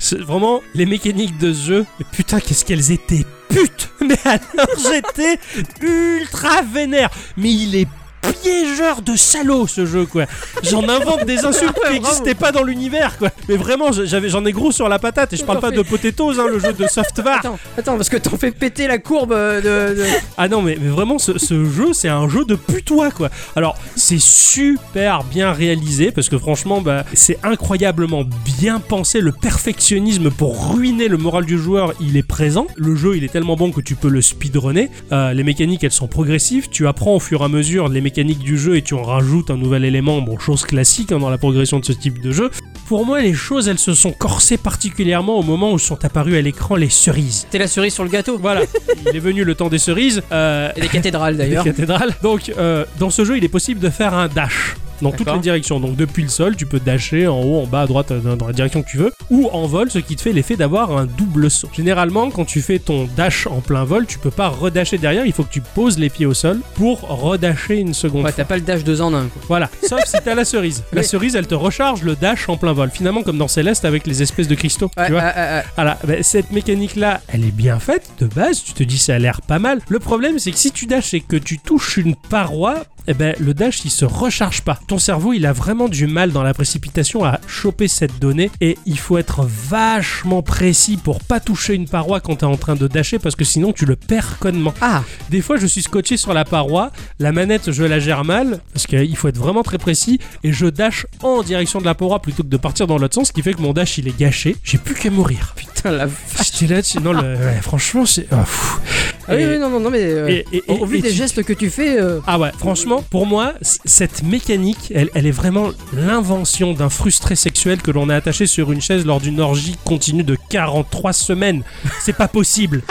c'est vraiment les mécaniques de ce jeu. Mais putain, qu'est-ce qu'elles étaient putes *laughs* Mais alors j'étais ultra vénère. Mais il est piégeur de salauds ce jeu quoi. J'en invente des insultes qui n'existaient pas dans l'univers quoi. Mais vraiment, je- j'avais- j'en ai gros sur la patate et je parle pas de potatoes, hein, le jeu de Softvar.
Attends, attends, parce que t'en fais péter la courbe euh, de.
*laughs*
de-
Ah non, mais, mais vraiment, ce, ce jeu, c'est un jeu de putois, quoi. Alors, c'est super bien réalisé, parce que franchement, bah, c'est incroyablement bien pensé. Le perfectionnisme pour ruiner le moral du joueur, il est présent. Le jeu, il est tellement bon que tu peux le speedrunner. Euh, les mécaniques, elles sont progressives. Tu apprends au fur et à mesure les mécaniques du jeu et tu en rajoutes un nouvel élément. Bon, chose classique hein, dans la progression de ce type de jeu. Pour moi, les choses, elles se sont corsées particulièrement au moment où sont apparues à l'écran les cerises.
T'es la cerise sur le gâteau.
Voilà, il est venu le temps des cerises. Euh,
Et des cathédrales
des
d'ailleurs.
cathédrales. Donc, euh, dans ce jeu, il est possible de faire un dash dans toutes
D'accord.
les directions. Donc, depuis le sol, tu peux dasher en haut, en bas, à droite, euh, dans dans la direction que tu veux, ou en vol, ce qui te fait l'effet d'avoir un double saut. Généralement, quand tu fais ton dash en plein vol, tu peux pas redasher derrière. Il faut que tu poses les pieds au sol pour redasher une seconde.
Ouais, t'as
fois.
pas le dash 2 en 1. Quoi.
Voilà, sauf si t'as la cerise.
*laughs*
La
Oui.
cerise, elle te recharge le dash en plein vol. Finalement, comme dans Céleste avec les espèces de cristaux.
Ouais,
tu vois
ah, ah, ah.
voilà, ben, cette mécanique-là, elle est bien faite de base, tu te dis ça a l'air pas mal. Le problème, c'est que si tu dashes et que tu touches une paroi, eh ben, le dash il se recharge pas. Ton cerveau il a vraiment du mal dans la précipitation à choper cette donnée et il faut être vachement précis pour pas toucher une paroi quand t'es en train de dasher parce que sinon tu le perds connement.
Ah.
Des fois je suis scotché sur la paroi, la manette je la gère mal parce qu'il faut être vraiment très précis et je dash en direction de la paroi plutôt que de partir dans l'autre sens, ce qui fait que mon dash il est gâché, j'ai plus qu'à mourir.
Putain, la vache.
J'étais là, tu- non, le- ouais, franchement, c'est. ah, fou.
Ah oui,
Et-
oui, non, non, non, mais. euh,
et- et-
au- au vu
et
des
tu-
gestes que tu fais. euh,
Ah ouais, franchement, pour moi, c- cette mécanique, elle, elle est vraiment l'invention d'un frustré sexuel que l'on a attaché sur une chaise lors d'une orgie continue de 43 semaines. C'est
*laughs*
pas possible.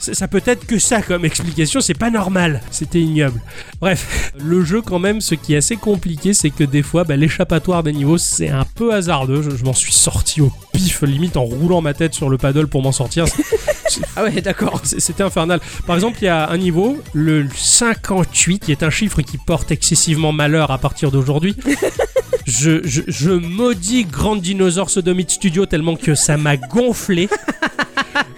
ça, ça peut être que ça comme explication, c'est pas normal. C'était ignoble. Bref, le jeu quand même, ce qui est assez compliqué, c'est que des fois, bah, l'échappatoire des niveaux, c'est un peu hasardeux. Je, je m'en suis sorti au pif, limite en roulant ma tête sur le paddle pour m'en sortir.
*laughs* Ah ouais, d'accord.
C'est- C'était infernal. Par exemple, il y a un niveau, le 58, qui est un chiffre qui porte excessivement malheur à partir d'aujourd'hui. Je, je, je maudis Grand Dinosaur Sodomite Studio tellement que ça m'a gonflé.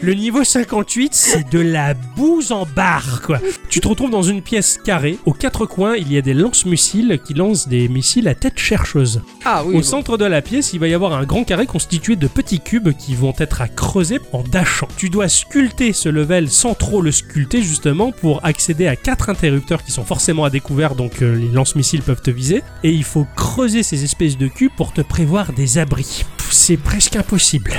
Le niveau 58, c'est de la bouse en barre, quoi. Tu te retrouves dans une pièce carrée. Aux quatre coins, il y a des lance-missiles qui lancent des missiles à tête chercheuse.
Ah oui.
Au
bon.
centre de la pièce, il va y avoir un grand carré constitué de petits cubes qui vont être à creuser en dashant. Tu dois sculpter ce level sans trop le sculpter justement pour accéder à quatre interrupteurs qui sont forcément à découvert donc euh, les lance-missiles peuvent te viser et il faut creuser ces espèces de cubes pour te prévoir des abris. Pff, C'est presque impossible.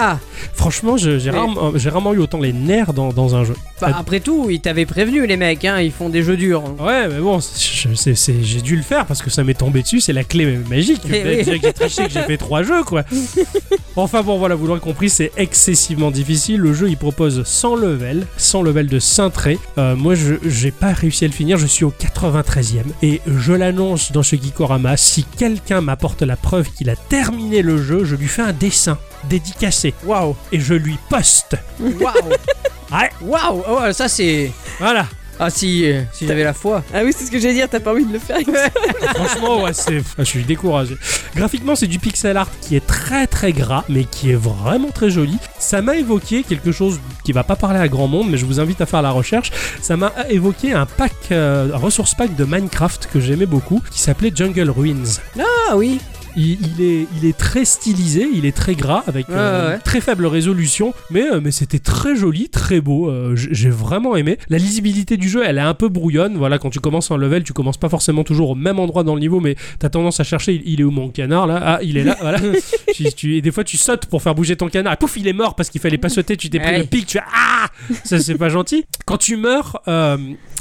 Ah,
Franchement, je- j'ai
Mais-
rarement, euh, j'ai rarement eu autant les nerfs dans, dans un jeu.
bah, après tout, ils t'avaient prévenu, les mecs, hein, ils font des jeux durs.
Ouais, mais bon, c'est- je- c'est- c'est- j'ai dû le faire parce que ça m'est tombé dessus, c'est la clé magique.
Eh
Vous allez
oui.
dire que j'ai triché, que j'ai fait trois
*laughs*
jeux, quoi. enfin bon, voilà, vous l'aurez compris, c'est excessivement difficile. Le jeu, il propose 100 levels, 100 levels de cintré. Euh, moi, je j'ai pas réussi à le finir, je suis au 93e. Et je l'annonce dans ce Geekorama, si quelqu'un m'apporte la preuve qu'il a terminé le jeu, je lui fais un dessin dédicacé
Waouh,
et je lui poste.
waouh,
Ouais,
waouh, oh, ça c'est.
voilà.
Ah, si, euh, si j'avais la foi.
Ah oui, c'est ce que j'allais dire, t'as pas envie de le faire.
Franchement, ouais, c'est. ah, Je suis découragé. Graphiquement, c'est du pixel art qui est très très gras, mais qui est vraiment très joli. Ça m'a évoqué quelque chose qui va pas parler à grand monde, mais je vous invite à faire la recherche. Ça m'a évoqué un pack, euh, un resource pack de Minecraft que j'aimais beaucoup, qui s'appelait Jungle Ruins.
Ah oui,
Il, il est, il est très stylisé, il est très gras, avec euh,
Ouais, ouais.
une très faible résolution, mais, euh, mais c'était très joli, très beau. euh, j- J'ai vraiment aimé. La lisibilité du jeu, elle est un peu brouillonne. Voilà, quand tu commences un level, tu commences pas forcément toujours au même endroit dans le niveau, mais t'as tendance à chercher. Il, il est où mon canard là Ah, il est là.
*laughs*
Voilà. Tu- tu- et des fois, tu sautes pour faire bouger ton canard. Et pouf, il est mort parce qu'il
*laughs*
fallait pas sauter. Tu t'es pris
Ouais.
le pic. Tu as ah, ça c'est pas gentil. Quand tu meurs. euh,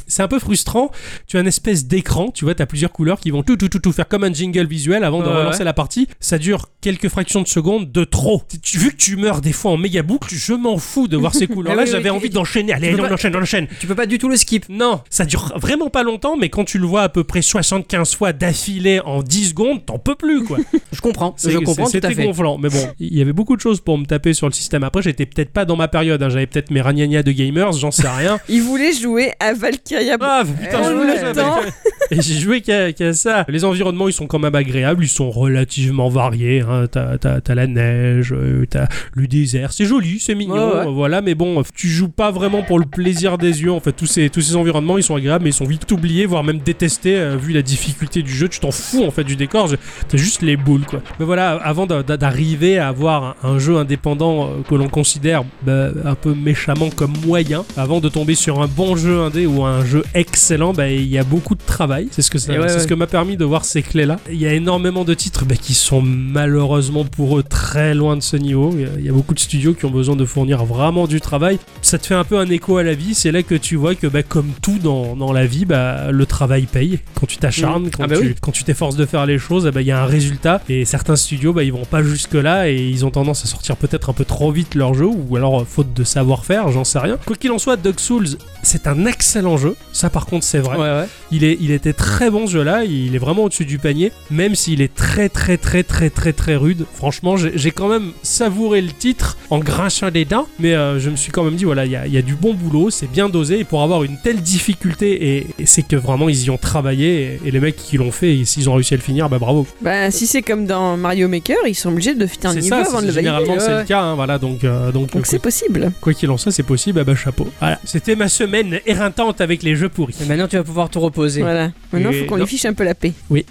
c'est un peu frustrant. Tu as une espèce d'écran, tu vois, tu as plusieurs couleurs qui vont tout, tout, tout, tout faire comme un jingle visuel avant de
Ouais,
relancer
ouais.
la partie. Ça dure quelques fractions de secondes de trop. Tu- Vu que tu meurs des fois en méga boucle, je m'en fous de
*laughs*
voir ces couleurs-là.
Ah oui, oui,
J'avais
tu-
envie d'enchaîner. Allez,
tu peux
allez, on
pas-
enchaîne, on enchaîne.
tu peux pas du tout le skip.
Non, ça dure vraiment pas longtemps, mais quand tu le vois à peu près 75 fois d'affilée en 10 secondes, t'en peux plus, quoi.
*laughs* Je comprends,
C'est-
je comprends
c'est-
tout à
C'était
fait.
gonflant, mais bon, il y avait beaucoup de choses pour me taper sur le système. Après, j'étais peut-être pas dans ma période, hein. j'avais peut-être mes ragnagnas de gamers, j'en sais rien.
Il voulait jouer à Valkyria.
Ah, putain,
Eh
je
ouais.
voulais jouer à
Temps.
Valkyrie. *laughs* Et j'ai joué qu'à qu'à ça. Les environnements, ils sont quand même agréables, ils sont relativement variés. Hein. T'as t'as- t'as la neige, euh, t'as le désert. C'est joli, c'est mignon,
Ouais, ouais.
euh, voilà. Mais bon, tu joues pas vraiment pour le plaisir des yeux. En fait, tous ces, tous ces environnements, ils sont agréables, mais ils sont vite oubliés, voire même détestés, euh, vu la difficulté du jeu. Tu t'en fous, en fait, du décor. Je- T'as juste les boules, quoi. Mais voilà, avant d'a- d'a- d'arriver à avoir un un jeu indépendant euh, que l'on considère bah, un peu méchamment comme moyen, avant de tomber sur un bon jeu indé ou un jeu excellent, bah, il y a beaucoup de travail. C'est ce que ça-
Et ouais,
c'est
ouais.
ce que m'a permis de voir ces clés-là. Il y a énormément de titres bah, qui sont malheureusement pour eux très loin de ce niveau. Il y a- Il y a beaucoup de studios qui ont besoin de fournir vraiment du travail ça te fait un peu un écho à la vie. C'est là que tu vois que, bah, comme tout dans, dans la vie, bah, le travail paye. Quand tu t'acharnes, quand,
Ah bah
tu-
oui.
quand tu t'efforces de faire les choses, eh ben, il y a un résultat. Et certains studios, bah, ils vont pas jusque-là et ils ont tendance à sortir peut-être un peu trop vite leur jeu ou alors euh, faute de savoir-faire, j'en sais rien. Quoi qu'il en soit, Doc Souls, c'est un excellent jeu. Ça, par contre, c'est vrai.
Ouais, ouais.
Il, est, il était très bon ce jeu-là, il est vraiment au-dessus du panier, même s'il est très très très très très très rude. Franchement, j'ai j'ai quand même savouré le titre en grinchant les dents, mais euh, je me suis quand même dit, voilà, il y a, il y a du bon boulot, c'est bien dosé, et pour avoir une telle difficulté, et, et c'est que vraiment ils y ont travaillé, et, et les mecs qui l'ont fait, et s'ils ont réussi à le finir, bah bravo.
Bah, si c'est comme dans Mario Maker, ils sont obligés de fitter un
C'est
niveau
ça,
avant de
c'est-
le valider.
généralement c'est
Ouais,
le
ouais.
cas, hein, voilà, donc, euh, donc,
Donc c'est
quoi
possible.
quoi qu'il en soit, c'est possible, ah bah chapeau. Voilà, c'était ma semaine éreintante avec les jeux pourris.
Et maintenant, tu vas pouvoir te reposer.
Voilà. Maintenant,
Et
faut qu'on
non.
lui fiche un peu la paix.
Tu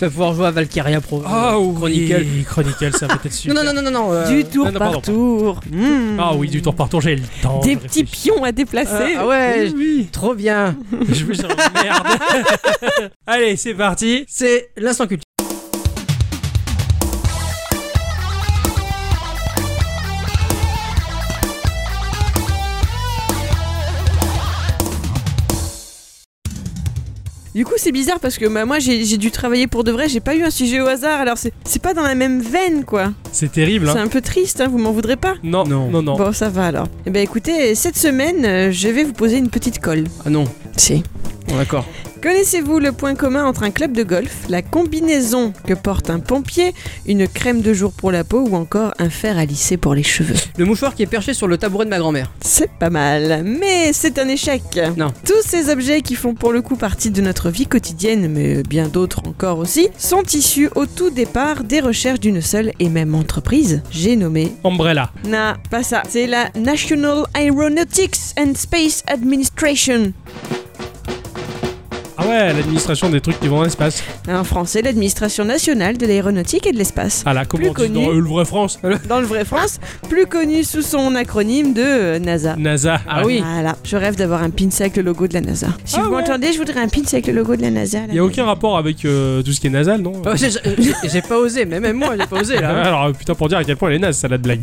vas pouvoir jouer à Valkyria Pro. euh,
Chronicle,
Chronicle.
Chronicle,
*laughs*
ça va
Non,
être Ah super.
non, non, non, non, non. euh,
du tour
non, non,
par
pardon.
tour. Mmh.
Ah oui, du tour par tour, j'ai le temps.
Des
de
petits
réfléchir.
pions à déplacer.
Ah, ah ouais,
Oui,
trop bien.
oui. Je me sens merde. Allez, c'est parti.
C'est l'instant culture.
Du coup, c'est bizarre parce que bah, moi, j'ai j'ai dû travailler pour de vrai. J'ai pas eu un sujet au hasard. Alors, c'est c'est pas dans la même veine, quoi.
C'est terrible.
C'est
Hein.
un peu triste, hein, vous m'en voudrez pas.
Non, non,
Non.
non.
Bon, ça va alors. Eh ben, écoutez, cette semaine, euh, je vais vous poser une petite colle.
Ah non,
Si.
bon, d'accord.
Connaissez-vous le point commun entre un club de golf, la combinaison que porte un pompier, une crème de jour pour la peau ou encore un fer à lisser pour les cheveux
Le mouchoir qui est perché sur le tabouret de ma grand-mère.
C'est pas mal, mais c'est un échec.
Non.
Tous ces objets qui font pour le coup partie de notre vie quotidienne, mais bien d'autres encore aussi, sont issus au tout départ des recherches d'une seule et même entreprise. J'ai nommé
Umbrella.
Na, pas ça. C'est la National Aeronautics and Space Administration.
Ah ouais, l'administration des trucs qui vont dans l'espace.
En français, l'administration nationale de l'aéronautique et de l'espace.
Ah là, comment
Plus
on dit
connu.
dans euh, le vrai France
Dans le vrai France, plus connu sous son acronyme de euh, NASA.
NASA.
Ah oui.
Voilà, je rêve d'avoir un pin avec le logo de la NASA. Si
Ah
vous
ouais.
m'entendez, je voudrais un pin avec le logo de la NASA. là.
Il y a aucun rapport avec euh, tout ce qui est nasal, non
Oh, j'ai- j'ai j'ai pas osé, mais même moi j'ai pas osé là.
*laughs* Alors putain pour dire à quel point elle est naze, ça la blague.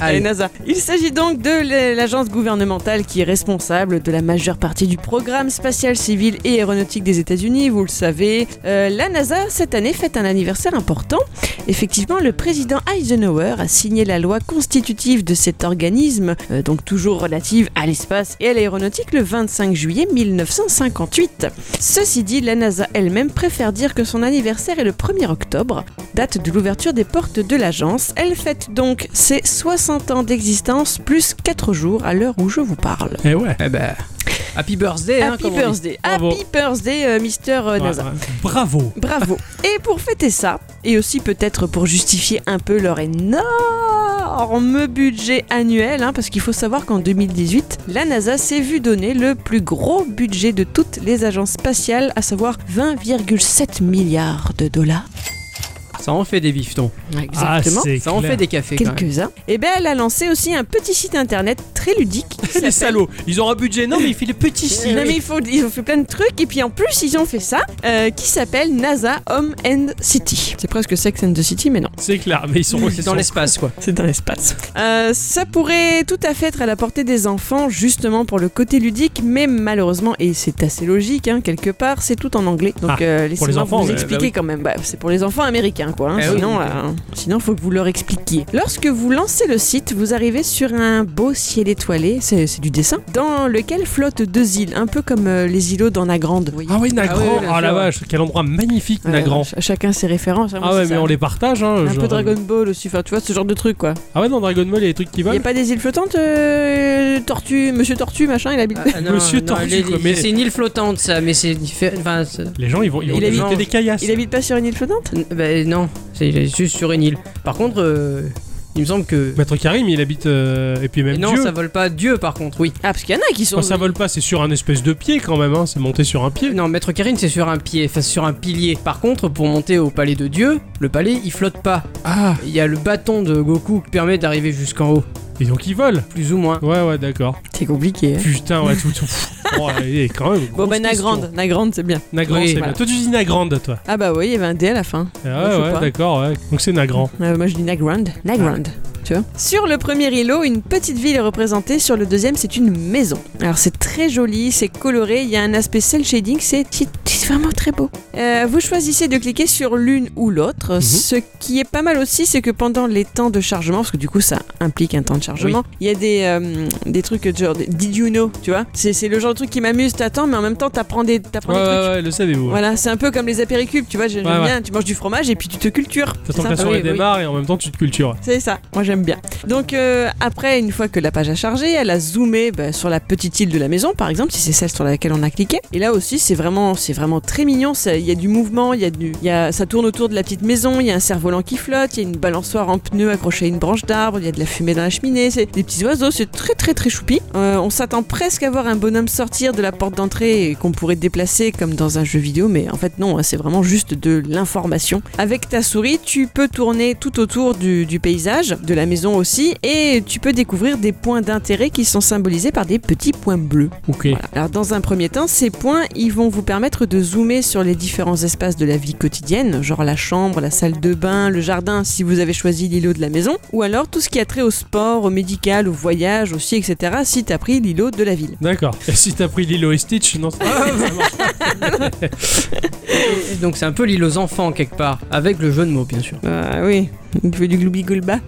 à la NASA. Il s'agit donc de l'agence gouvernementale qui est responsable de la majeure partie du programme spatial civil et aéronautique des États-Unis, vous le savez. Euh, la NASA, cette année, fête un anniversaire important. Effectivement, le président Eisenhower a signé la loi constitutive de cet organisme, euh, donc toujours relative à l'espace et à l'aéronautique, le 25 juillet 1958. Ceci dit, la NASA elle-même préfère dire que son anniversaire est le 1er octobre, date de l'ouverture des portes de l'agence. Elle fête donc ses 60 ans d'existence plus 4 jours à l'heure où je vous parle.
Eh ouais.
Eh ben, happy birthday, hein,
Happy
comme on dit.
birthday,
Bravo.
happy birthday, euh, Mister euh, NASA.
Ouais, ouais. Bravo.
Bravo. Et pour fêter ça, et aussi peut-être pour justifier un peu leur énorme budget annuel, hein, parce qu'il faut savoir qu'en 2018, la NASA s'est vue donner le plus gros budget de toutes les agences spatiales, à savoir 20,7 milliards de dollars.
Ça en fait des biftons,
Ah, c'est
ça en
clair.
fait des cafés quand même.
Quelques-uns. Et bien, elle a lancé aussi un petit site internet très ludique. *laughs* qui
Les
s'appelle-
salauds, ils ont un budget énorme mais ils font des petits sites.
Non, mais il faut, ils ont fait plein de trucs et puis en plus ils ont fait ça euh, qui s'appelle NASA Home and City. C'est presque Sex and the City, mais non.
C'est clair, mais ils sont
C'est
ils
dans
sont-
l'espace quoi.
C'est dans l'espace. Euh, ça pourrait tout à fait être à la portée des enfants, justement pour le côté ludique, mais malheureusement, et c'est assez logique, hein, quelque part, c'est tout en anglais. Donc
Ah,
euh, laissez-moi
les enfants,
vous
bah,
expliquer
bah oui.
quand même. Bah, c'est pour les enfants américains, quoi. hein.
Eh oui.
sinon, euh, sinon, faut que vous leur expliquiez. Lorsque vous lancez le site, vous arrivez sur un beau ciel étoilé, c'est c'est du dessin, dans lequel flottent deux îles, un peu comme euh, les îlots dans la grande. Euh,
Ah oui, Nagran.
Ah
Ah,
oui, bien
la
sûr.
vache, quel endroit magnifique Nagran.
chacun ses références. hein, moi,
Ah ouais,
c'est
mais
ça.
on les partage hein.
un
genre-
peu Dragon Ball aussi, enfin, tu vois ce genre de truc quoi.
Ah ouais, dans Dragon Ball, il y a des trucs qui
Il n'y a
volent.
pas des îles flottantes euh, Tortue, Monsieur Tortue, machin, il habite.
*laughs* non, Monsieur non, Tortue, les- quoi, mais- c'est
C'est une île flottante ça, mais c'est différent. Enfin,
Les gens, ils vont ils vont
Il a
jeter
mis-
des
*laughs*
caillasses.
Il habite pas sur une île flottante
ben non, c'est il est juste sur une île. Par contre, euh, il me semble que.
Maître Karim, il habite euh, et puis
Et
même
non,
Dieu.
ça vole pas Dieu par contre, oui.
Ah, parce qu'il y en a qui sont.
Quand Oh, ça vole pas, c'est sur un espèce de pied quand même, hein. c'est monté sur un pied.
Non, Maître Karine, c'est sur un pied, enfin sur un pilier. Par contre, pour monter au palais de Dieu, le palais il flotte pas.
Ah,
Il y a le bâton de Goku qui permet d'arriver jusqu'en haut,
et donc il vole.
plus ou moins.
Ouais, ouais, d'accord.
C'est compliqué. hein.
Putain, ouais, tout. tout-
*laughs*
Oh, il est quand même.
Bon,
grosse
bah,
question.
Nagrande, Nagrande, c'est bien.
Nagrand,
Oui,
c'est
voilà.
bien. Toi, tu dis Nagrande, toi.
Ah, bah oui, il y avait un D à la fin.
Ah
je sais
ouais,
pas.
d'accord, ouais. Donc c'est Nagrand.
Euh, moi, je dis Nagrand. Nagrand. Tu vois Sur le premier îlot, une petite ville est représentée. Sur le deuxième, c'est une maison. Alors, c'est très joli, c'est coloré. Il y a un aspect cel shading. C'est c'est vraiment très beau. Euh, vous choisissez de cliquer sur l'une ou l'autre. Ce qui est pas mal aussi, c'est que pendant les temps de chargement, parce que du coup, ça implique un temps de chargement, il y a des, euh, des trucs genre des- Did you know Tu vois C'est c'est le genre de truc qui m'amuse. T'attends, mais en même temps, t'apprends des, t'apprends
Ouais,
des trucs.
ouais, ouais, le savez-vous. ouais.
Voilà, c'est un peu comme les apéricubes, tu vois, j'aime
Ouais, ouais.
bien, tu manges du fromage et puis tu te cultures.
T'attends
C'est
que la
sympa.
soirée
Oui, oui.
démarre et en même temps, tu te cultures.
C'est ça, moi j'aime bien. Donc euh, après, une fois que la page a chargé, elle a zoomé bah, sur la petite île de la maison, par exemple, si c'est celle sur laquelle on a cliqué. Et là aussi, c'est vraiment, c'est vraiment très mignon. ça- Il y a du mouvement, il y a du, il y a, ça tourne autour de la petite maison. Il y a un cerf-volant qui flotte, il y a une balançoire en pneu accrochée à une branche d'arbre, il y a de la fumée dans la cheminée, c'est des petits oiseaux, c'est très très très choupi. Euh, on s'attend presque à voir un bonhomme sortir de la porte d'entrée et qu'on pourrait déplacer comme dans un jeu vidéo, mais en fait non, hein, c'est vraiment juste de l'information. Avec ta souris, tu peux tourner tout autour du, du paysage, de la maison aussi, et tu peux découvrir des points d'intérêt qui sont symbolisés par des petits points bleus.
Ok.
Voilà. Alors dans un premier temps, ces points, ils vont vous permettre de zoomer sur les différents espaces de la vie quotidienne, genre la chambre, la salle de bain, le jardin si vous avez choisi l'îlot de la maison, ou alors tout ce qui a trait au sport, au médical, au voyage aussi, etc. si t'as pris l'îlot de la ville.
D'accord. Et si t'as pris Lilo et Stitch, non, c'est-
Et donc c'est un peu l'île aux enfants quelque part, avec le jeu de mots bien sûr.
Ah oui, il fait du gloubi-goulba.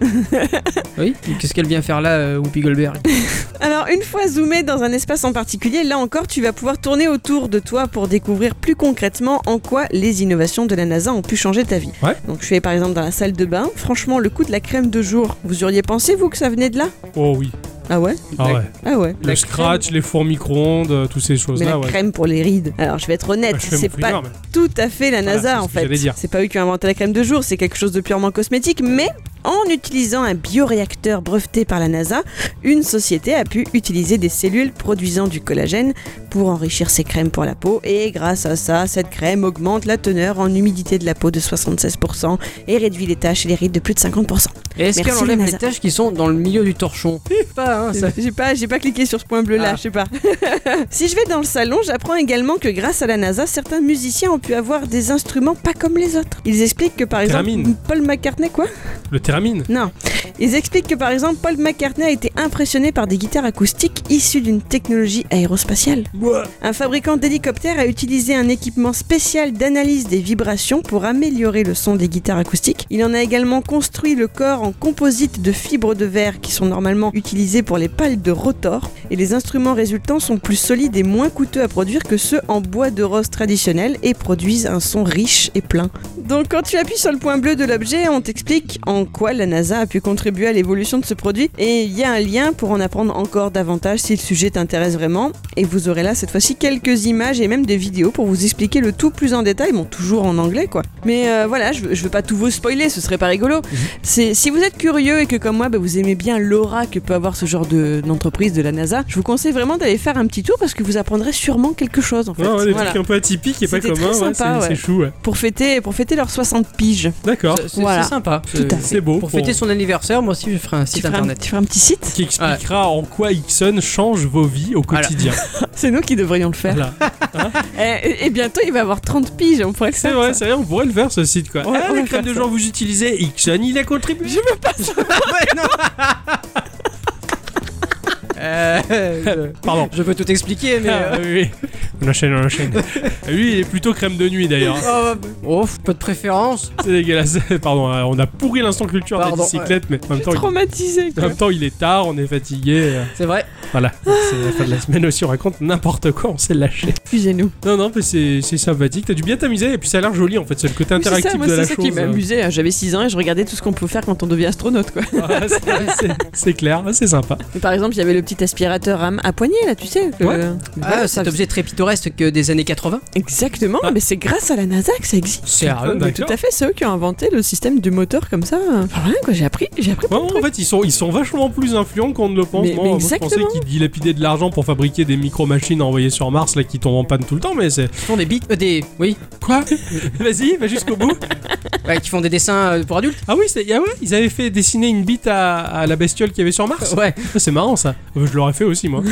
Oui Qu'est-ce qu'elle vient faire là, euh, Whoopi Goldberg
*laughs* Alors, une fois zoomé dans un espace en particulier, là encore, tu vas pouvoir tourner autour de toi pour découvrir plus concrètement en quoi les innovations de la NASA ont pu changer ta vie.
Ouais.
Donc, je suis allée, par exemple dans la salle de bain. Franchement, le coup de la crème de jour, vous auriez pensé, vous, que ça venait de là
Oh oui.
Ah ouais
Ah
La-
ouais.
Ah ouais
Le scratch, les fours micro-ondes, euh, toutes ces
mais la
choses-là, ouais.
crème pour les rides. Alors je vais être honnête,
Ouais, je fais mon
c'est pas
fumeur, mais-
tout à fait la NASA
c'est ce
en
que j'allais
fait.
dire.
C'est pas eux qui ont inventé la crème de jour, c'est quelque chose de purement cosmétique, mais en utilisant un bioréacteur breveté par la NASA, une société a pu utiliser des cellules produisant du collagène pour enrichir ses crèmes pour la peau et grâce à ça, cette crème augmente la teneur en humidité de la peau de 76% et réduit les taches et les rides de plus de 50%.
Et est-ce qu'elle
Merci,
enlève les
NASA.
taches qui sont dans le milieu du torchon Pas, hein, ça.
J'ai pas, j'ai pas cliqué sur ce point bleu là,
Ah.
je sais pas. *laughs* si je vais dans le salon, j'apprends également que grâce à la NASA, certains musiciens ont pu avoir des instruments pas comme les autres. Ils expliquent que par exemple,
Théramine.
Paul McCartney quoi
Le théramine.
Non. Ils expliquent que par exemple, Paul McCartney a été impressionné par des guitares acoustiques issues d'une technologie aérospatiale. Un fabricant d'hélicoptères a utilisé un équipement spécial d'analyse des vibrations pour améliorer le son des guitares acoustiques. Il en a également construit le corps en composite de fibres de verre qui sont normalement utilisées pour les pales de rotor. Et les instruments résultants sont plus solides et moins coûteux à produire que ceux en bois de rose traditionnel et produisent un son riche et plein. Donc quand tu appuies sur le point bleu de l'objet, on t'explique en quoi la NASA a pu contribuer à l'évolution de ce produit. Et il y a un lien pour en apprendre encore davantage si le sujet t'intéresse vraiment. Et vous aurez là cette fois-ci quelques images et même des vidéos pour vous expliquer le tout plus en détail, bon toujours en anglais quoi. Mais euh, voilà, je, veux- je veux pas tout vous spoiler, ce serait pas rigolo.
Mhm.
C'est si vous êtes curieux et que comme moi bah, vous aimez bien l'aura que peut avoir ce genre de- d'entreprise de, la NASA, je vous conseille vraiment d'aller faire un petit tour parce que vous apprendrez sûrement quelque chose en fait.
Ouais, ouais, des
Voilà.
trucs un peu atypiques et pas
C'était
communs.
très
ouais,
sympa,
c'est- c'est
ouais.
chou, ouais.
Pour fêter pour fêter leurs 60 piges.
D'accord.
Ah, C'est- C'est
Voilà.
c'est sympa.
Tout à fait.
C'est beau.
Pour
Bon.
fêter son anniversaire, moi aussi je ferai un
Tu
site
feras, un,
internet.
tu feras un petit site
Qui expliquera en quoi Ixon change vos vies au
Voilà.
*laughs*
quotidien.
C'est nous qui devrions le faire.
Voilà.
Eh, Et, et bientôt, il va avoir 30 piges, on pourrait le
C'est
faire.
vrai,
ça.
c'est vrai, on pourrait le faire ce site quoi.
Ouais,
ah,
on
les
va
crèmes de
faire
jour vous utilisez, Ixon il a contribué.
*laughs* Euh,
Pardon.
je peux tout expliquer, mais.
Ah,
euh,
oui, oui. On enchaîne, on
*laughs*
enchaîne. Lui, il est plutôt crème de nuit d'ailleurs.
Oh, oh, pas de préférence.
C'est dégueulasse. *laughs* Pardon, euh, on a pourri l'instant culture de la
Pardon,
bicyclette, mais en même, temps,
Traumatisé,
il... en
quoi.
même temps, il est tard, on est fatigué. euh,
C'est vrai.
Voilà, c'est la fin de la semaine aussi, on raconte n'importe quoi, on s'est lâché.
Excusez-nous.
Non, non, mais c'est c'est sympathique, t'as dû bien t'amuser et puis ça a l'air joli en fait, c'est le côté
Oui, C'est
interactif
ça, moi,
de la
c'est ça qui
chose. hein.
m'amusait. hein. J'avais 6 ans et je regardais tout ce qu'on peut faire quand on devient astronaute, quoi.
*laughs* Ah, c'est- c'est- c'est clair, Ah, c'est sympa.
Mais *laughs* par exemple, il y avait le petit aspirateur à, à poignée, là, tu sais. que-
Ouais.
Ah, cet objet très pittoresque que des années 80.
Exactement,
Ah.
mais c'est grâce à la NASA que ça existe.
Sérieux,
Mais tout
Ah, d'accord.
à fait, c'est eux qui ont inventé le système du moteur comme ça. Enfin, rien, quoi, j'ai appris, j'ai appris.
Ouais, ouais, en fait, ils sont, ils sont vachement plus influents qu'on ne le pense.
Mais-
moi,
mais
moi, je pensais
exactement.
qu'ils dilapidaient de l'argent pour fabriquer des micro-machines envoyées sur Mars là qui tombent en panne tout le temps, mais c'est. *laughs*
Qui font des bits. euh, des. Oui.
Quoi Vas-y, va jusqu'au bout.
Ouais, qui font des dessins euh, pour adultes.
Ah oui, c'est- ah ouais, ils avaient fait dessiner une bite à, à la bestiole qu'il y avait sur Mars.
Ouais.
Ah, C'est marrant ça. Euh, Je l'aurais fait
*laughs*
aussi moi.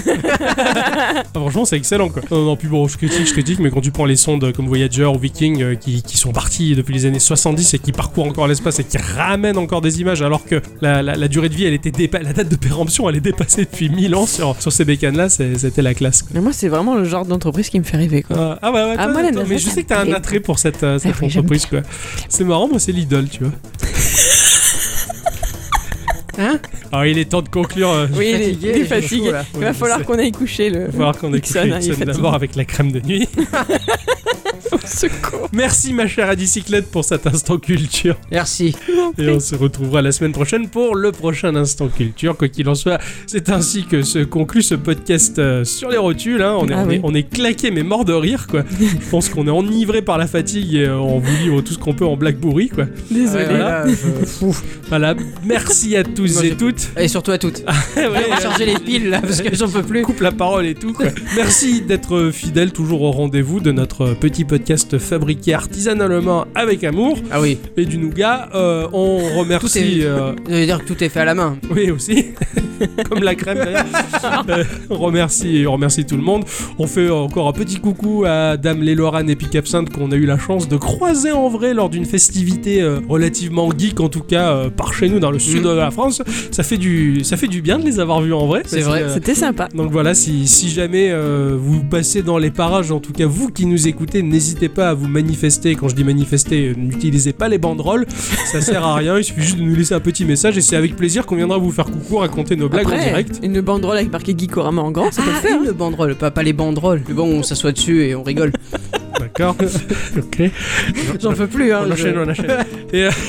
Ah, franchement, c'est excellent quoi. Non, non, puis bon, je critique, je critique, mais quand tu prends les sondes comme Voyager ou Viking euh, qui, qui sont partis depuis les années 70 et qui parcourent encore l'espace et qui ramènent encore des images alors que la, la- la durée de vie, elle était dépa- la date de péremption, elle est dépassée depuis 1000 ans sur, sur ces bécanes là, c'était la classe quoi.
Mais moi, c'est vraiment le genre d'entreprise qui me fait rêver, quoi.
Euh, ah ouais, ouais,
Ah,
toi,
moi, la
toi, mais
NASA,
je
ça
sais
me
que t'as un
plaît.
attrait pour cette, euh, cette
oui, j'aime
entreprise quoi. C'est marrant, moi c'est l'idole tu vois.
Hein
Alors Ah, il est temps de conclure. euh,
Oui, il est- il est fatigué.
Voilà.
Il va
Ouais,
falloir
je sais.
qu'on aille coucher le.
Il va falloir qu'on écoute
Nixon, hein, il est
Nixon d'abord avec la crème de
*laughs*
nuit.
fatigué.
*laughs*
Secours.
Merci ma chère à bicyclette pour cet
*laughs*
instant culture.
Merci.
Et on se retrouvera la semaine prochaine pour le prochain instant culture. Quoi qu'il en soit, c'est ainsi que se conclut ce podcast euh, sur les rotules. hein. On, est,
Ah
on,
oui.
est, on est claqué mais mort de rire quoi. Je pense qu'on est enivré par la fatigue et euh, on vous livre tout ce qu'on peut en black bourri quoi. Ah
Désolé.
Ouais, voilà, je-
Voilà, merci à tous
Moi,
et
j'ai-
toutes.
Et surtout à toutes.
*laughs*
Ouais,
Allez,
euh,
recharger les piles là parce que j'en peux plus.
coupe la parole et tout. quoi. Merci d'être fidèle toujours au rendez-vous de notre petit podcast fabriqué artisanalement avec amour
Ah oui.
et du nougat. euh, on remercie.
Tout est-
euh,
Ça veut dire que tout est fait à la main.
oui aussi, *laughs* comme la
*laughs*
crème. d'ailleurs. Euh, on remercie, on remercie tout le monde. On fait encore un petit coucou à Dame Léloran et Pic Absinthe qu'on a eu la chance de croiser en vrai lors d'une festivité euh, relativement geek en tout cas euh, par chez nous dans le sud
Mhm.
de la France. Ça fait du, ça fait du bien de les avoir vus en vrai.
C'est
parce
vrai.
que, euh,
C'était sympa.
donc voilà, si, si jamais euh, vous passez dans les parages, en tout cas vous qui nous écoutez, n'hésitez pas à vous manifester. Quand je dis manifester, euh, n'utilisez pas les banderoles,
*laughs*
ça sert à rien, il suffit juste de nous laisser un petit message et c'est avec plaisir qu'on viendra vous faire coucou, raconter nos blagues en
Après,
direct.
Une banderole avec marqué Geekorama en grand, ça peut le
Ah,
faire.
une banderole, pas, pas les banderoles. Mais bon, on s'assoit dessus et on rigole. *laughs*
D'accord Ok.
J'en peux plus, hein.
On enchaîne, on enchaîne. Et, euh, *laughs*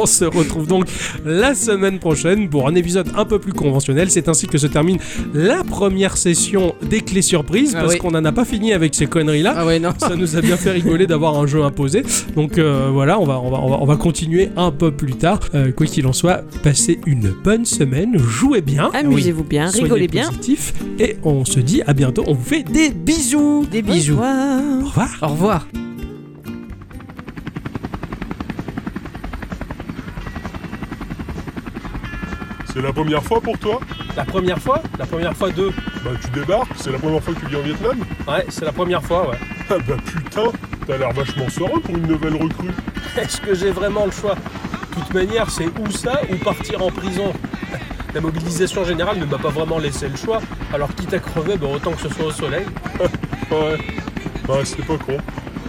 On se retrouve donc la semaine prochaine pour un épisode un peu plus conventionnel. C'est ainsi que se termine la première session des clés surprises
Ah
parce
oui.
qu'on n'en a pas fini avec ces conneries-là.
Ah ouais, non.
Ça nous a bien fait rigoler d'avoir un jeu imposé. Donc euh, voilà, on va, on, va, on, va, on va continuer un peu plus tard. Euh, quoi qu'il en soit, passez une bonne semaine, jouez bien,
Amusez-vous bien,
soyez
rigolez bien.
positifs, et on se dit à bientôt. On vous fait des bisous.
Des bisous.
Au revoir.
Au revoir.
Au revoir.
C'est la première fois pour toi
La première fois La première fois deux
Bah tu débarques, c'est la première fois que tu viens au Vietnam
Ouais, c'est la première fois, ouais.
Ah bah putain, t'as l'air vachement serein pour une nouvelle recrue.
*laughs* Est-ce que j'ai vraiment le choix De toute manière, c'est ou ça ou partir en prison. *laughs* La mobilisation générale ne m'a pas vraiment laissé le choix, alors quitte à crever, ben autant que ce soit au soleil.
*laughs* Ouais, bah c'est pas con.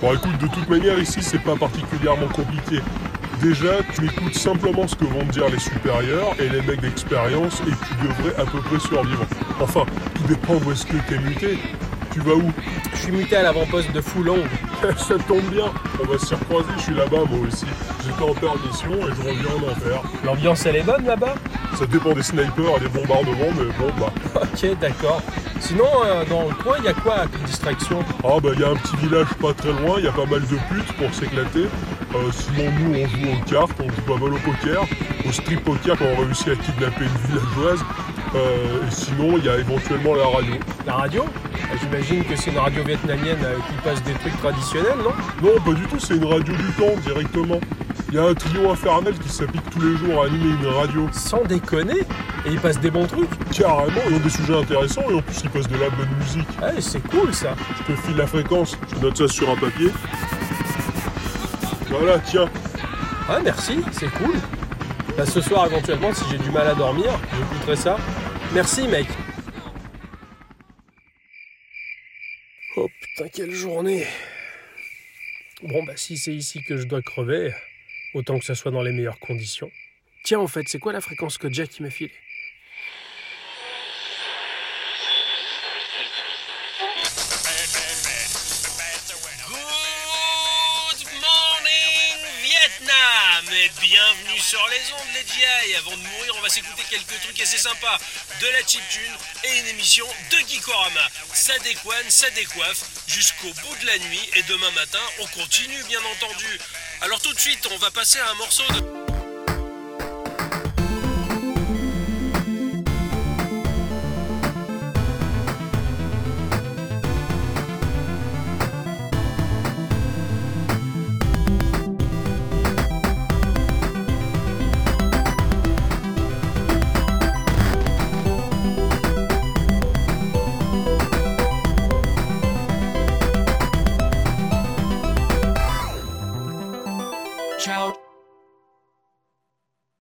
Bon écoute, de toute manière ici c'est pas particulièrement compliqué. Déjà, tu écoutes simplement ce que vont te dire les supérieurs et les mecs d'expérience et tu devrais à peu près survivre. Enfin, tout dépend où est-ce que t'es muté. Tu vas où
Je suis muté à l'avant-poste de Foulon.
*laughs* Ça tombe bien, on va se recroiser, je suis là-bas moi aussi. J'étais en permission et je reviens en enfer.
L'ambiance, elle est bonne là-bas
Ça dépend des snipers et des bombardements, mais bon bah.
Ok, d'accord. Sinon, euh, dans le coin, il y a quoi comme distraction
Ah bah il y a un petit village pas très loin, il y a pas mal de putes pour s'éclater. Euh, sinon nous on joue aux cartes, on joue pas mal au poker, au strip poker quand on réussit à kidnapper une villageoise. Euh, et sinon il y a éventuellement la radio.
La radio Euh, J'imagine que c'est une radio vietnamienne euh, qui passe des trucs traditionnels, non
Non pas du tout, c'est une radio du temps directement. Il y a un trio infernal qui s'applique tous les jours à animer une radio.
Sans déconner Et ils passent des bons trucs
Carrément, ils ont des sujets intéressants et en plus ils passent de la bonne musique.
Ouais, Ah, c'est cool ça
Je te file la fréquence, je te note ça sur un papier. Voilà, tiens,
Ah, merci, c'est cool Bah, Ce soir, éventuellement, si j'ai du mal à dormir, j'écouterai ça. Merci, mec Oh putain, quelle journée Bon, bah, si c'est ici que je dois crever, autant que ça soit dans les meilleures conditions. Tiens, en fait, c'est quoi la fréquence que Jack il m'a filée
Good morning Vietnam et bienvenue sur les ondes les GI. Avant de mourir, on va s'écouter quelques trucs assez sympas, de la chiptune et une émission de Geekorama. Ça décoine, ça décoiffe jusqu'au bout de la nuit et demain matin, on continue bien entendu. Alors tout de suite, on va passer à un morceau de
Ciao.